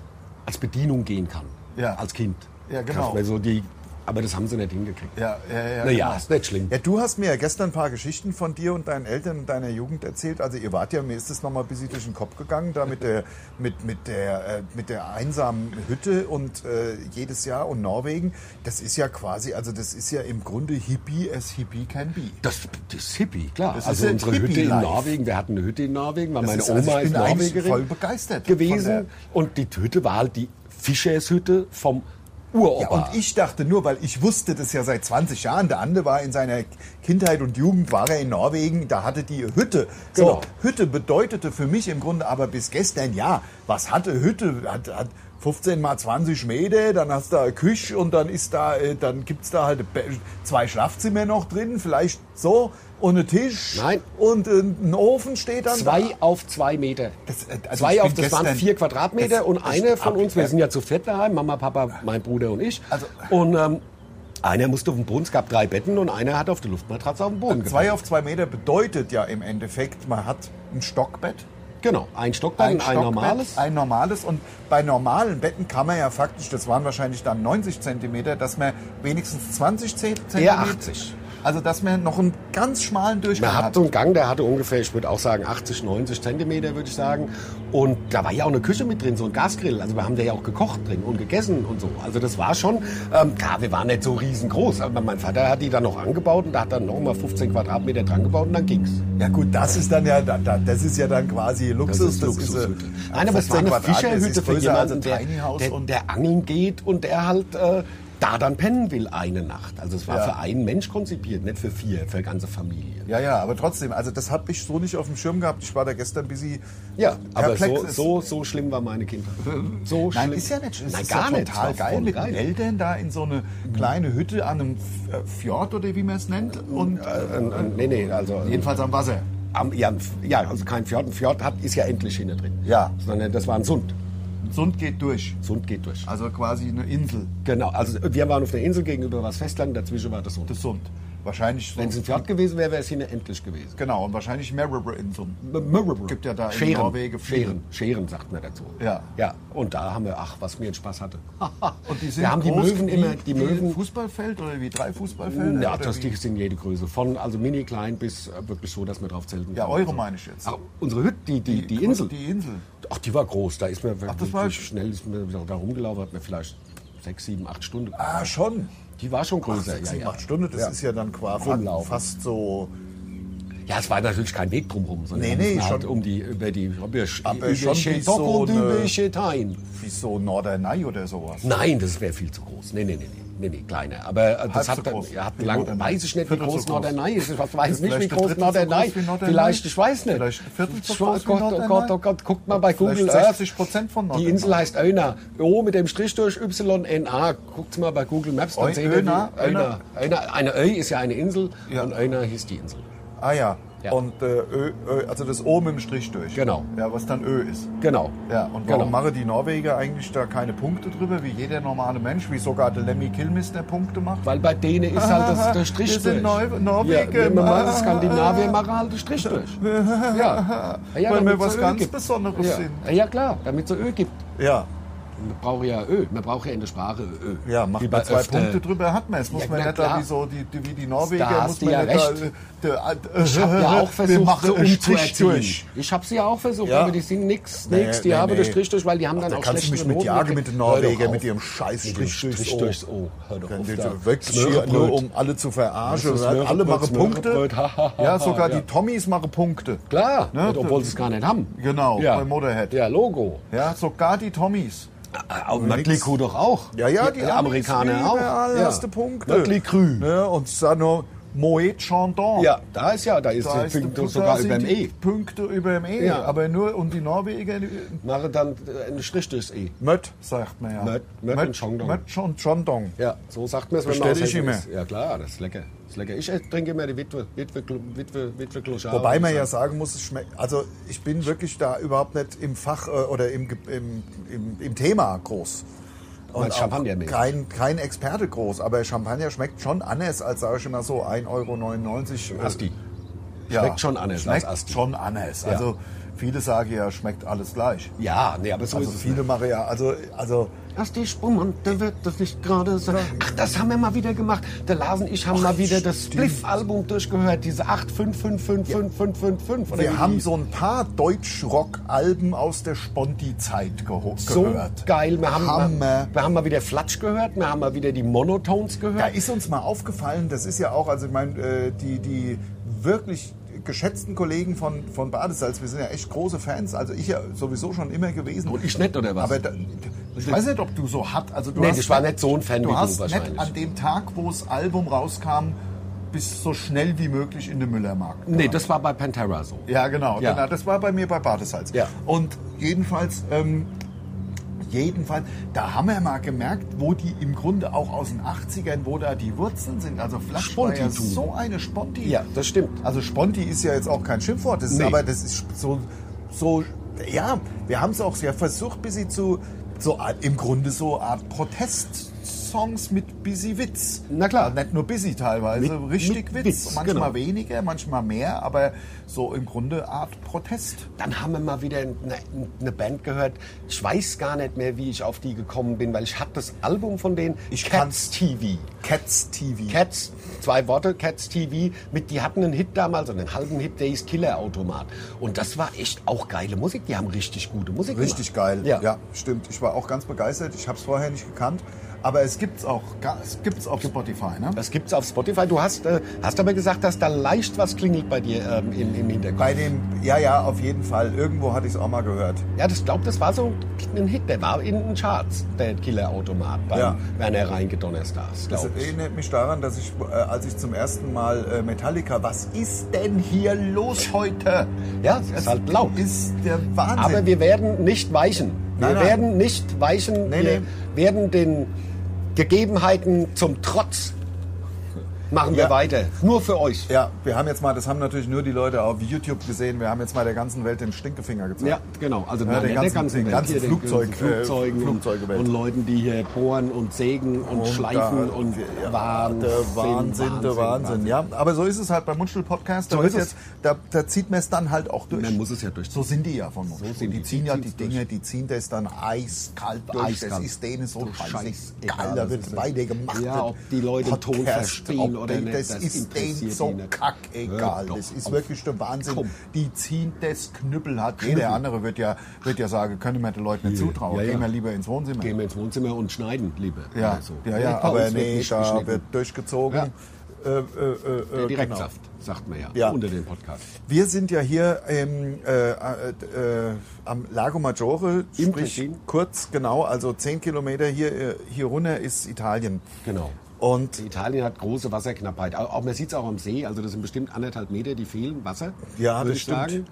als Bedienung gehen kann.
Ja.
Als Kind.
Ja, genau.
Dass man So die, aber das haben sie nicht hingekriegt.
Ja, genau. ja, ja.
Naja, ist nicht schlimm.
Ja, du hast mir ja gestern ein paar Geschichten von dir und deinen Eltern und deiner Jugend erzählt. Also ihr wart ja, mir ist es nochmal ein bisschen durch den Kopf gegangen, da mit der, mit, mit der, äh, mit der einsamen Hütte und äh, jedes Jahr und Norwegen. Das ist ja quasi, also das ist ja im Grunde Hippie as Hippie can be.
Das, das ist Hippie, klar.
Das
also
ist
unsere
Hippie
Hütte in
life.
Norwegen, wir hatten eine Hütte in Norwegen, weil
Das
meine
ist-
Oma
also ich
ist
bin eigentlich
Norwegerin
voll begeistert von der-
gewesen. Und die Hütte war halt die Fischershütte vom Uropa.
Ja, und ich dachte nur, weil ich wusste das ja seit 20 Jahren, der andere war in seiner Kindheit und Jugend, war er in Norwegen, da hatte die Hütte. So,
Genau.
Hütte bedeutete für mich im Grunde aber bis gestern, ja, was hatte Hütte? Hat, hat 15 mal 20 Meter, dann hast du da eine Küche und dann ist da, äh, dann gibt's da halt be- zwei Schlafzimmer noch drin, vielleicht so, und einen Tisch.
Nein.
Und äh, ein Ofen steht dann da.
Zwei auf zwei Meter.
Das, äh, also ich
zwei auf,
bin
das waren
gestern-
vier Quadratmeter
Das-
und
das
eine von
hab
uns,
ich-
wir sind ja zu viert daheim, Mama, Papa, mein Bruder und ich.
Also-
und ähm, einer musste auf den Boden, es gab drei Betten und einer hat auf der Luftmatratze auf dem Boden
Äh, Zwei
gepennt.
auf zwei Meter bedeutet ja im Endeffekt, man hat ein Stockbett.
Genau, ein Stockbett und ein
Stockbett,
normales.
Ein normales. Und bei normalen Betten kann man ja faktisch, das waren wahrscheinlich dann 90 Zentimeter, dass man wenigstens 20 Zentimeter.
Eher 80.
Also, dass man noch einen ganz schmalen Durchgang
Man
hat.
hat so einen Gang, der hatte ungefähr, ich würde auch sagen, 80, 90 Zentimeter, würde ich sagen. Und da war ja auch eine Küche mit drin, so ein Gasgrill. Also wir haben da ja auch gekocht drin und gegessen und so. Also das war schon, ähm, klar, wir waren nicht so riesengroß. Aber mein Vater hat die dann noch angebaut und da hat dann nochmal 15 Quadratmeter dran gebaut und dann ging's.
ja, gut, das ist dann ja, da- da- das ist ja dann quasi Luxus.
Luxushütte.
äh,
Nein, aber es war
15
eine
Quadratmeter, es ist
Fischerhütte für
größer als
jemanden,
ein
der,
Tiny House
der,
und-
der angeln geht und der halt äh, da dann pennen will eine Nacht. Also es war
Ja.
für einen Mensch konzipiert, nicht für vier, für eine ganze Familie.
Ja, ja, aber trotzdem, also das habe ich so nicht auf dem Schirm gehabt. Ich war da gestern busy.
Ja, aber
perplex.
so,
Es-
so, so schlimm war meine Kindheit. So
Nein,
schlimm.
ist ja nicht. schlimm. Es
Nein,
ist
gar
ja
nicht.
total
Es war
geil
voll
mit den
geil. Mhm.
Eltern da in so eine kleine Hütte an einem F- äh, Fjord oder wie man es nennt und äh,
Ähm, ähm, Nee, nee, also.
jedenfalls am Wasser.
Am, ja, ein F- ja, also kein Fjord. Ein Fjord hat, ist ja endlich hinter drin.
Ja.
Sondern das war ein Sund.
Sund geht durch.
Sund geht durch.
Also quasi eine Insel,
Genau, also wir waren auf der Insel gegenüber was Festland, dazwischen war das Sund.
das Sund. Wahrscheinlich
Wenn es ein
Sund.
Fjord gewesen wäre, wäre es hinter endlich gewesen.
Genau, und wahrscheinlich mehrere Inseln.
Es
Gibt ja da in
Scheren,
Norwegen viele.
Scheren, Scheren sagt man dazu.
Ja.
ja. Und da haben wir, ach, was mir einen Spaß hatte.
Und die sind
wir haben die
groß
Möwen
wie-
immer, die
wie ein
Möwen
Fußballfeld oder wie drei Fußballfelder?
Ja,
oder
das
wie?
die sind jede Größe. Von also mini klein bis äh, wirklich so, dass man drauf zelten kann.
Ja, eure
Also-
meine ich jetzt.
Ach, unsere Hütte, die, die, die Insel.
Die Insel.
Ach, die war groß. Da ist man Ach,
das war-
schnell ist man da rumgelaufen, hat man vielleicht sechs, sieben, acht Stunden.
Ah, schon.
Die war schon größer.
Sechs,
ja,
sieben,
ja.
acht Stunden, das ist ja dann quasi
Rumlaufen.
fast so
ja, es war natürlich kein Weg drumherum, sondern
Nee,
da muss
nee,
man halt
schon-
um die über die über,
Aber
über
schon wie so
Schetock und
eine-
über Schetein.
wie so Norderney oder sowas.
Nein, das wäre viel zu groß. Nee, nee, nee, nee, nee, nee kleiner. Aber äh, das
Halb
hat,
so
dann-
groß.
ja, hat
Wie
lang,
Norderney.
weiß ich nicht, wie
Viertel so
groß
groß.
Norderney ist. Ich weiß nicht, wie
Vielleicht
groß
ein Drittel so groß
Norderney
wie Norderney.
Vielleicht, ich weiß nicht.
Vielleicht ein Viertel so
Ich-
groß wie
Gott, oh
Norderney.
Gott, oh Gott, guckt mal bei
Vielleicht
Google
60% von
Die
Norderney.
Insel heißt Öna. O mit dem Strich durch YNA. Guckt mal bei Google Maps, dann
Ö-
seht ihr die-
Öna?
Öna. Öna. Eine Ö ist ja eine Insel
Ja.
und Öna hieß die Insel.
Ah ja.
Ja.
Und äh, Ö, Ö, also das O mit dem Strich durch.
Genau.
Ja, was dann Ö ist.
Genau.
Ja, und warum
Genau.
machen die Norweger eigentlich da keine Punkte drüber, wie jeder normale Mensch, wie sogar der Lemmy Kilmister Punkte macht?
Weil bei denen ist halt das, der Strich
wir sind
durch.
Neu- Norwegen. Ah.
Ja, wir machen Skandinavier machen halt den Strich durch. Ja. ja
Weil wir
damit's
was
Öl
ganz
gibt.
Besonderes
ja.
sind.
Ja klar, damit es Öl gibt.
Ja.
Man braucht ja Ö. Man braucht ja in der Sprache Ö.
Ja, macht
Wie bei
man zwei
öfter-
Punkte drüber, hat man es. Muss
Ja,
man
na
nicht da
klar.
wie, so die, die, wie die
Da
Norweger,
hast
muss
du
man
ja
nicht
recht.
da... der- äh,
Ich habe ja auch
wir
versucht,
machen
sie
einen Strich
umzuerziehen.
durch.
Ich habe sie ja auch versucht,
Ja.
aber die sind nix,
Nee,
nix. Die
nee,
haben
nee.
den Strich durch, weil die haben dann
Da
auch
kannst du mich
schlechte
mit
Noten
jagen mit
gekriegt.
den
Hör doch
Norwegern,
auf.
mit ihrem scheiß
Mit dem
Strich oh. durchs
Strich
O.
durchs O. Hör doch
Dann
auf.
wird
da.
Wirklich hier
Smörrebröt.
nur, um alle zu verarschen.
Das ist
Alle, alle
Smörrebröt,
machen Punkte.
Smörrebröt, ha, ha, ha,
Ja, sogar
ja.
die Tommys machen Punkte.
Klar,
Ne?
obwohl sie es gar nicht haben.
Genau, bei Motorhead.
Ja, Logo.
Ja, sogar die Tommys.
Und Mötliku Äh, doch auch.
Ja, ja, die, Amis,
Amerikaner auch.
Überall
Ja.
hast du Punkte.
Mötley Crüe.
Ne? Und Sano Moet Chandon.
Ja, da ist ja, da ist
Da
der
ist die
Punkt
Punkte,
sogar
da
über dem
sind die
E.
Punkte über dem E.
Ja.
Aber nur, und die Norweger, die-
Mache dann äh, einen Strich durchs E.
Möt, sagt man ja.
Möt- Möt und Chandon.
Möt und Chandon.
Ja, so sagt man es, wenn
Bestell
man aus
ich
Hessen
immer.
ist. Ja klar, das ist lecker. Das ist lecker. Ich äh, trinke immer die Witwe, Witwe, Witwe, Witwe Kloschau.
Wobei man ja sagen muss, es schmeckt. Also ich bin wirklich da überhaupt nicht im Fach äh, oder im, Ge- im, im, im Thema groß.
Meinst
auch
Champagnermäßig?
kein, kein Experte groß, aber Champagner schmeckt schon anders als, sage ich mal so, 1,99 Euro.
Asti.
Ja,
Schmeckt schon anders
Schmeckt
als Asti.
schon anders. Also viele sagen ja, schmeckt alles gleich.
Ja, nee, aber so
Also
ist es. ne?
viele machen ja, also, also
Asti Sprummann, der wird das nicht gerade sagen. Ach, das haben wir mal wieder gemacht. Der Lars und ich haben mal wieder das Spliff-Album durchgehört. Diese 8, 5, 5, 5, 5, 5, 5, 5.
wir haben so ein paar Deutschrock-Alben aus der Sponti-Zeit geho-
so
gehört.
geil. Wir haben,
Hammer.
Mal, wir haben mal wieder Flatsch gehört. Wir haben mal wieder die Monotones
Da
gehört.
ist uns mal aufgefallen, das ist ja auch, also ich meine, äh, die, die wirklich geschätzten Kollegen von, von Badesalz, wir sind ja echt große Fans, also ich ja sowieso schon immer gewesen.
Und ich nicht, oder was?
Aber da, ich weiß nicht, ob du so hat, also du
Nee,
hast
ich war nicht so ein Fan wie
du
du
hast
wahrscheinlich.
nicht an dem Tag, wo das Album rauskam, bis so schnell wie möglich in den Müllermarkt.
Nee, das war bei Pantera so.
Ja, genau,
Ja.
genau. Das war bei mir bei Badesalz.
Ja.
Und jedenfalls, ähm, jedenfalls, da haben wir mal gemerkt, wo die im Grunde auch aus den 80ern, wo da die Wurzeln sind. Also Flash war ja
Spontitum.
so eine Sponti.
Ja, das stimmt.
Also Sponti ist ja jetzt auch kein Schimpfwort, das ist,
Nee.
aber das ist so, so ja, wir haben es auch sehr versucht, bis sie zu, so Art- im Grunde so Art Protest. Songs mit busy Witz.
Na klar.
Also nicht nur busy teilweise,
Mit-
richtig
mit
Witz.
Witz,
Manchmal
genau.
weniger, manchmal mehr, aber so im Grunde Art Protest.
Dann haben wir mal wieder eine, eine Band gehört. Ich weiß gar nicht mehr, wie ich auf die gekommen bin, weil ich hatte das Album von denen.
Ich
Cats
kann's.
TV.
Cats TV.
Cats, zwei Worte, Cats TV. Mit, die hatten einen Hit damals, einen halben Hit, der hieß Killer Automat. Und das war echt auch geile Musik. Die haben richtig gute Musik
Richtig
gemacht.
geil. Ja. stimmt. Ich war auch ganz begeistert. Ich habe es vorher nicht gekannt. Aber es gibt's auch, ga- es gibt's auf Spotify, ne?
Das gibt's auf Spotify. Du hast, äh, hast aber gesagt, dass da leicht was klingelt bei dir ähm, im, im Hinterkopf.
Bei dem, ja, ja, auf jeden Fall. Irgendwo hatte ich es auch mal gehört.
ja, das glaube, das war so ein Hit. Der war in den Charts, der Killer Automat, beim
Ja. Also,
Werner Reinke Donnerstags,
Das
glaube ich.
erinnert mich daran, dass ich, äh, als ich zum ersten Mal äh, Metallica, was ist denn hier los heute?
Ja, es ist halt laut.
äh, Ist der Wahnsinn.
Aber wir werden nicht weichen. Wir
Nein, nein.
werden nicht weichen.
Nee,
wir
nee.
werden den Gegebenheiten zum Trotz machen wir
Ja.
weiter. Nur für euch.
ja, wir haben jetzt mal, das haben natürlich nur die Leute auf YouTube gesehen, wir haben jetzt mal der ganzen Welt den Stinkefinger gezeigt.
Ja, genau. Also
Ja,
nein,
den
der
ganzen-
ganzen
den
Welt.
ganzen
Hier,
Flugzeug-
Flugzeugen
äh,
und,
Flugzeugewelt.
und Leuten, die hier bohren und sägen und, schleifen
da-
und
ja,
Wahnsinn,
Der Wahnsinn, der Wahnsinn, ja. Aber so ist es halt beim Mundstuhl-Podcast. Da,
So
wird
ist es.
jetzt- da, da zieht man es dann halt auch durch.
Man muss es ja durchziehen.
So sind die ja von Mundstuhl.
So sind
die
die.
ziehen
Die
ja die
ziehen's
Dinge, die ziehen das dann eiskalt durch.
Eiskalt.
Das ist denen
So
so scheißegal.
scheißegal,
Da
das
wird
ist-
weitergemacht.
Ja, ob die Leute den Ton verstehen oder
die,
nicht,
Das,
das
ist denen
interessiert
so
die nicht.
kackegal.
Hör doch
Das ist
auf.
wirklich der Wahnsinn.
Komm.
Die ziehen das Knüppel hat. Jeder andere wird ja, wird ja sagen, können wir den Leuten nicht
Ja,
zutrauen.
ja, ja.
Gehen wir lieber ins Wohnzimmer.
Gehen wir ins Wohnzimmer und schneiden, lieber.
Ja,
Also,
ja,
bei
ja
uns
aber
wird
nee,
nicht
da
geschnitten.
wird durchgezogen. Äh, äh, äh,
Der
äh,
Direktsaft, sagt man ja,
Ja.
unter dem Podcast.
Wir sind ja hier im, äh, äh, äh, am Lago Maggiore,
Im
sprich
Tessin.
kurz, genau, also 10 Kilometer hier, äh, hier runter ist Italien.
Genau.
Und
Italien hat große Wasserknappheit. Auch, auch man sieht es auch am See. Also das sind bestimmt anderthalb Meter, die fehlen Wasser.
Ja,
würde
das
ich
stimmt.
Sagen.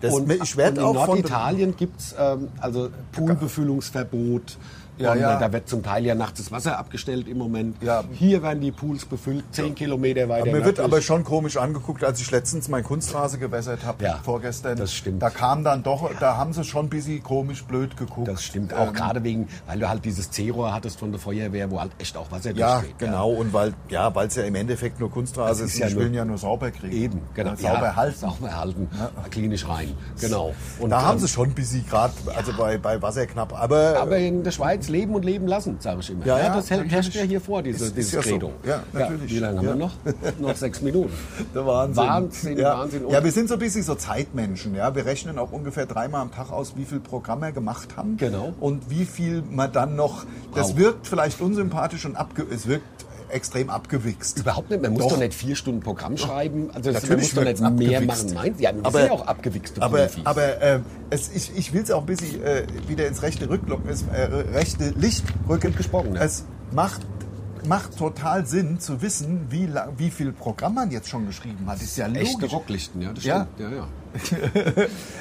Das-
und,
ich
und
werd
in
auch von-
Norditalien gibt es ähm, also Poolbefüllungsverbot.
Ja,
und äh,
ja.
da wird zum Teil ja nachts das Wasser abgestellt im Moment.
Ja.
Hier werden die Pools befüllt, zehn Kilometer weiter.
Mir wird
nördlich.
aber schon komisch angeguckt, als ich letztens mein Kunstrasen gewässert habe,
Ja,
vorgestern.
das stimmt.
Da kam dann doch, da haben sie schon ein bisschen komisch blöd geguckt.
das stimmt
Ähm.
auch gerade wegen, weil du halt dieses C-Rohr hattest von der Feuerwehr, wo halt echt auch Wasser
Ja,
durchgeht.
genau. Und weil ja, weil es ja im Endeffekt nur Kunstrasen
Das
ist,
ist
die
ja nur-
spielen ja nur sauber kriegen.
Eben, genau.
Sauber
ja,
halten.
Sauber halten, klinisch rein. Genau.
Und da haben
ähm,
sie schon ein bisschen gerade, also bei, bei Wasser knapp. Aber,
Aber in der Schweiz leben und leben lassen, sage ich immer.
Ja, ja,
das hält- herrscht
natürlich.
ja hier vor, diese,
Ist- ist
dieses
ja so.
Credo.
Ja, natürlich.
wie lange haben
Ja.
wir noch? noch sechs Minuten.
Der Wahnsinn.
Wahnsinn,
ja.
Wahnsinn.
Ja, wir sind so ein bisschen so Zeitmenschen. Ja. Wir rechnen auch ungefähr dreimal am Tag aus, wie viel Programm wir gemacht haben.
Genau.
Und wie viel man dann noch. Das
Braucht.
wirkt vielleicht unsympathisch und abge es wirkt extrem abgewichst.
Überhaupt nicht, man muss
Doch.
doch, nicht vier Stunden Programm schreiben. Also das, man muss
Natürlich
doch nicht
wird's
mehr machen.
abgewichst.
Nein, ja, wir
Aber-
sind ja auch abgewichste
Aber,
Profis.
aber äh, es, ich, ich will es auch ein bisschen äh, wieder ins rechte Rücklocken, ins, äh, rechte Licht rücken.
Gut gesprochen, ne?
Es macht, macht total Sinn zu wissen, wie, lang, wie viel Programm man jetzt schon geschrieben hat. Ist ja logisch.
Echte Rocklichten, ja, das
Ja.
stimmt. Ja, ja.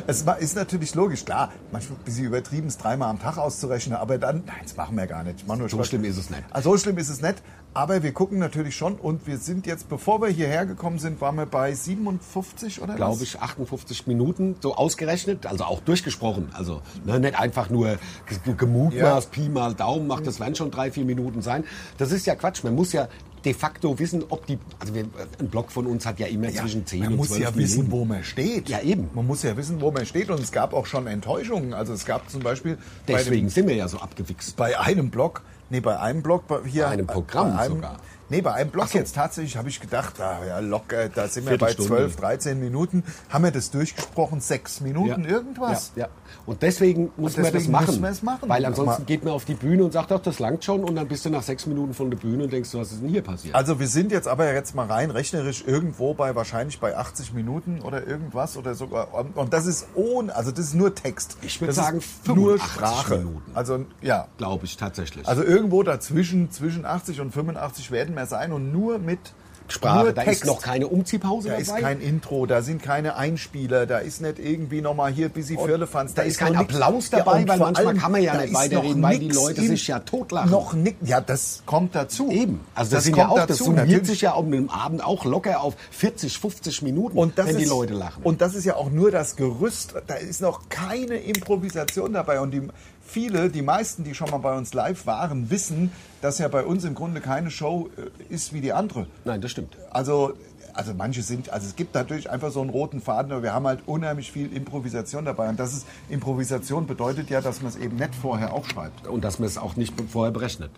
Es ma- ist natürlich logisch, klar, manchmal ein bisschen übertrieben, es dreimal am Tag auszurechnen, aber dann, nein, das machen wir gar nicht. Ich mach nur
So
Spaß.
schlimm ist es nicht.
Ah, so schlimm ist es nicht, aber wir gucken natürlich schon und wir sind jetzt, bevor wir hierher gekommen sind, waren wir bei 57 oder was?
Glaube ich, 58 Minuten, so ausgerechnet, also auch durchgesprochen. Also ne, nicht einfach nur ge- ge- gemutmaßt, Pi mal Daumen macht, das werden schon drei, vier Minuten sein. Das ist ja Quatsch. Man muss ja de facto wissen, ob die, also wir, ein Blog von uns hat ja immer
Ja,
zwischen 10
man
und
muss
12
ja
Minuten.
wissen, wo man steht.
Ja, eben.
Man muss ja wissen, wo man steht und es gab auch schon Enttäuschungen. Also es gab zum Beispiel bei, dem,
Deswegen sind wir ja so abgewichst.
bei einem Blog, nee, bei einem Blog, bei, hier.
Bei einem Programm
bei einem,
sogar.
Nee, bei einem Blog
Ach so.
jetzt tatsächlich habe ich gedacht, ah, ja, locker, da sind wir bei
Viertelstunde.
12, 13 Minuten. Haben wir das durchgesprochen? Sechs Minuten irgendwas?
Ja, ja. Und deswegen muss
deswegen
man das machen.
müssen wir es machen.
Weil ansonsten
Aber-
geht man auf die Bühne und sagt, ach, das langt schon. Und dann bist du nach sechs Minuten von der Bühne und denkst, was ist denn hier passiert?
Also wir sind jetzt aber jetzt mal rein rechnerisch irgendwo bei wahrscheinlich bei 80 Minuten oder irgendwas oder sogar und, und das ist ohne also das ist nur Text.
Ich würd
Das
sagen,
ist nur
85
Sprache.
Minuten.
Also ja,
Glaube ich tatsächlich.
also irgendwo dazwischen zwischen 80 und 85 werden wir sein und nur mit
Sprache,
nur
da
Text.
ist noch keine Umziehpause
da
dabei.
ist kein Intro, da sind keine Einspieler, da ist nicht irgendwie nochmal hier ein bisschen Firlefanz.
da ist kein
noch nix.
Applaus dabei,
und
weil
vor
manchmal kann man ja
da
nicht
ist
weiterreden,
noch
weil die
nix
Leute
im-
sich ja totlachen.
Noch nix, ja, das kommt dazu.
Eben. Also das, sind ja
kommt
auch, das summiert
natürlich.
sich ja auf einem Abend auch locker auf 40, 50 Minuten,
Und das
wenn
ist,
die Leute lachen.
Und das ist ja auch nur das Gerüst. Da ist noch keine Improvisation dabei. Und die, viele, die meisten, die schon mal bei uns live waren, wissen, dass ja bei uns im Grunde keine Show äh, ist wie die andere.
Nein, das stimmt.
Also, also manche sind, also es gibt natürlich einfach so einen roten Faden, aber wir haben halt unheimlich viel Improvisation dabei. Und das ist, Improvisation bedeutet ja, dass man es eben nicht vorher auch schreibt.
Und dass man es auch nicht vorher berechnet.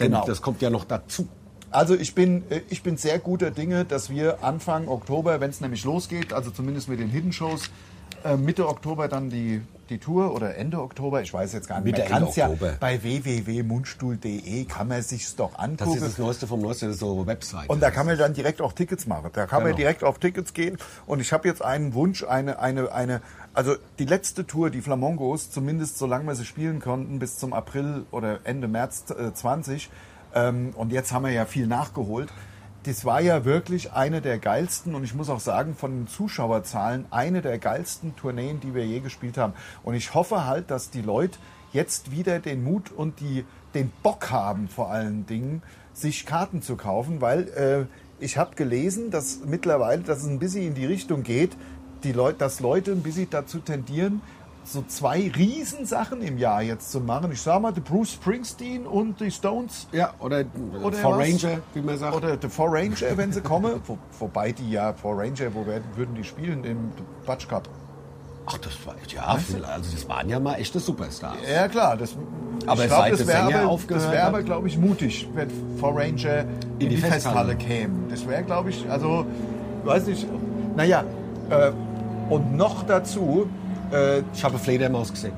Denn
Genau.
das kommt ja noch dazu.
Also ich bin, äh, ich bin sehr guter Dinge, dass wir Anfang Oktober, wenn es nämlich losgeht, also zumindest mit den Hidden Shows, äh, Mitte Oktober dann die, die Tour oder Ende Oktober, ich weiß jetzt gar nicht
Mitte,
mehr. Man
Ende
kann's ja
Oktober.
bei www.mundstuhl.de kann man sich's doch
Das ist
angucken.
das Neueste vom Neuesten, das ist so eine Website.
Und da kann man dann direkt auch Tickets machen. Da kann man
Genau.
direkt auf Tickets gehen. Und ich habe jetzt einen Wunsch, eine, eine, eine, also die letzte Tour, die Flamongos, zumindest solange wir sie spielen konnten, bis zum April oder Ende März äh, 20. Ähm, und jetzt haben wir ja viel nachgeholt. Das war ja wirklich eine der geilsten und ich muss auch sagen, von den Zuschauerzahlen eine der geilsten Tourneen, die wir je gespielt haben. Und ich hoffe halt, dass die Leute jetzt wieder den Mut und die, den Bock haben, vor allen Dingen, sich Karten zu kaufen, weil äh, ich habe gelesen, dass mittlerweile, dass es ein bisschen in die Richtung geht, die Leut, dass Leute ein bisschen dazu tendieren, so zwei Riesensachen im Jahr jetzt zu machen. Ich sag mal, die Bruce Springsteen und die Stones
ja, oder, oder
Oder
For
was?
Ranger, wie man sagt.
oder The Four Ranger, wenn sie kommen. Wo, wobei die ja Four Ranger, wo werden, würden die spielen? Im Butch Cup.
Ach, das war ja, also das waren ja mal echte Superstars.
Ja klar, das.
Aber
ich glaub,
seit
das
der
wäre
Sänger
aber,
aufgehört ne?
das wär
hat-
aber glaube ich, mutig, wenn Four Ranger in, die, Festhalle, kämen. Das wäre, glaube ich, also, weiß nicht. Naja, äh, und noch dazu, äh,
Ich habe eine Fledermaus gesehen.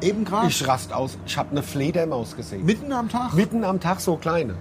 eben gerade
Ich rast aus. Ich habe eine Fledermaus gesehen.
mitten am Tag.
Mitten am Tag so kleine.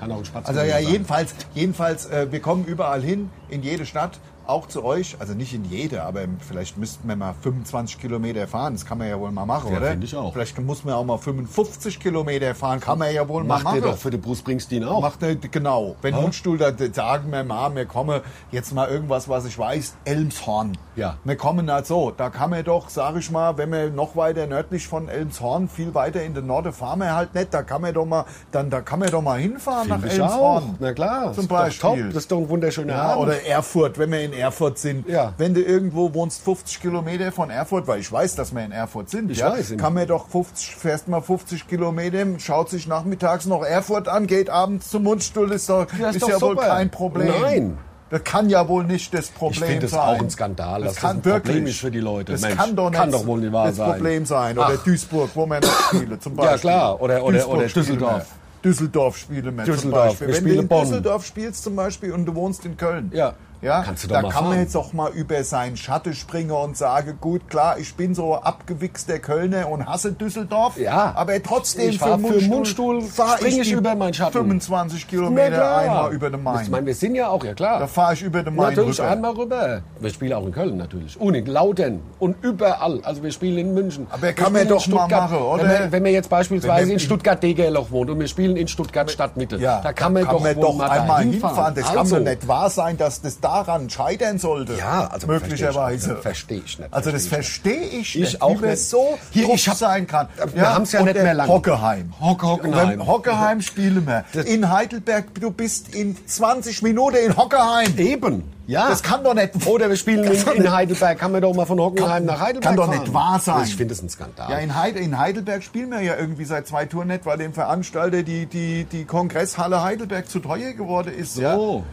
Kann auch ein Spatz
Also ja, jedenfalls, jedenfalls, äh, wir kommen überall hin, in jede Stadt, auch zu euch. Also nicht in jede, aber vielleicht müssten wir mal 25 Kilometer fahren. Das kann man ja wohl mal machen,
Ja,
oder?
finde ich auch.
Vielleicht muss man auch mal 55 Kilometer fahren, kann man ja wohl mal
Macht
machen.
ihr doch für den Bruce Springsteen auch.
Macht er, genau. Wenn Mundstuhl, da sagen wir mal, wir kommen jetzt mal irgendwas, was ich weiß, Elmshorn.
Ja.
Wir kommen halt so, da kann man doch, sag ich mal, wenn man noch weiter nördlich von Elmshorn, viel weiter in den Norden fahren wir halt nicht, da kann man doch mal, dann, da kann man doch mal hinfahren nach Elmshorn.
Na klar.
Zum
ist doch
Beispiel.
Top. Das ist doch ein wunderschöner
Ja,
Abend.
oder Erfurt, wenn wir in Erfurt sind.
Ja.
Wenn du irgendwo wohnst, 50 Kilometer von Erfurt, weil ich weiß, dass wir in Erfurt sind,
Ich
ja,
weiß, in-
kann man doch 50, fährst mal 50 Kilometer, schaut sich nachmittags noch Erfurt an, geht abends zum Mundstuhl, ist doch,
Ja, ist
ist
doch
ja wohl
super.
kein Problem.
Nein.
Das kann ja wohl nicht das
Ich
Problem sein.
finde das auch ein Skandal,
Das
dass
kann
das ein
wirklich.
Problem ist für die Leute.
Das
Mensch,
kann doch nicht
kann doch wohl nicht wahr
das
sein.
Problem sein. Oder
Ach.
Duisburg, wo wir noch spielen, zum
Ja,
Beispiel.
klar. Oder- oder-
Duisburg
oder
spielen
Düsseldorf.
wir. Düsseldorf spielen wir zum
Düsseldorf.
Beispiel.
Wir
Wenn
spielen
du in
Bonn.
Düsseldorf spielst zum Beispiel und du wohnst in Köln,
Ja.
ja
Kannst du doch
da
mal
kann man
fahren.
jetzt auch mal über seinen Schatten springen und sagen, gut, klar, ich bin so abgewichster Kölner und hasse Düsseldorf,
Ja.
aber trotzdem
Ich fahr für Mundstuhl,
fahr
spring ich
die
über meinen Schatten.
25
Na
Kilometer
klar.
einmal über den
Ich
Main.
meine, wir sind ja auch, ja klar.
da fahre ich über den Main
Natürlich,
rüber.
einmal rüber. Wir spielen auch in Köln natürlich. Und in Lautern und überall. Also wir spielen in München.
Aber
Wir
kann
spielen
man
in
doch mal
Stuttgart.
machen, oder?
Wenn man, wenn man jetzt beispielsweise
Wenn wir-
in Stuttgart-Degerloch wohnt und wir spielen in Stuttgart-Stadtmitte,
Ja,
da kann man doch, wohl mal
einmal
dahin
hinfahren.
fahren.
Das
Also,
kann doch nicht wahr sein, dass das daran scheitern sollte.
Ja, also
möglicherweise.
verstehe ich nicht.
Also das
Verstehe
verstehe ich
Ich
nicht,
auch
wie man
nicht.
so
Hier,
drauf
ich hab-
sein kann.
Wir haben's ja
und
nicht
der
mehr lang.
Hockeheim.
Hock- Hockenheim.
Wenn Hockeheim spielen wir. In Heidelberg, du bist in 20 Minuten in Hockeheim.
Eben, ja.
Das kann doch nicht...
Oder wir spielen in, in Heidelberg. Kann man doch mal von Hockenheim nach Heidelberg
kann doch
fahren.
nicht wahr sein.
Ich finde es ein Skandal.
Ja, in, Heid in Heidelberg spielen wir ja irgendwie seit zwei Touren nicht, weil dem Veranstalter die, die, die Kongresshalle Heidelberg zu teuer geworden ist. Ja?
So.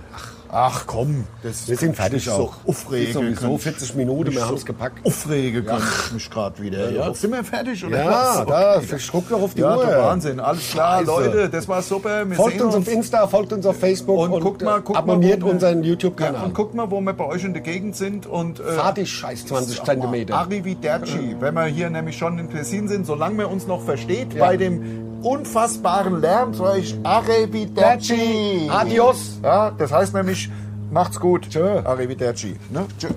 Ach komm, das
Oh. Wir sind fertig
so
auch.
aufregen
Ist sowieso
können.
40 Minuten,
Mich
wir
so
haben es gepackt.
aufregen kann ich mich gerade wieder. Ja. Sind wir fertig oder was?
Also Ja, da, ich guck doch auf die
Ja,
Uhr.
der Wahnsinn. Alles klar,
Scheiße.
Leute, das war super. Wir
Folgt
sehen
uns auf Insta, folgt uns auf Facebook
und, guckt mal, guckt
äh, abonniert
mal, wo wir-
unseren
Ja,
YouTube-Kanal.
und guckt mal, wo wir bei euch in der Gegend sind und äh,
Fahrt die scheiß 20 Zentimeter.
Arrivederci, wenn wir hier nämlich schon in Tessin sind, solange man uns noch versteht, bei dem unfassbaren Lärm sage ich Arrivederci.
Arrivederci. Adios.
Ja, das heißt nämlich, macht's gut. Tschö. Arrivederci. Ne? Tschö.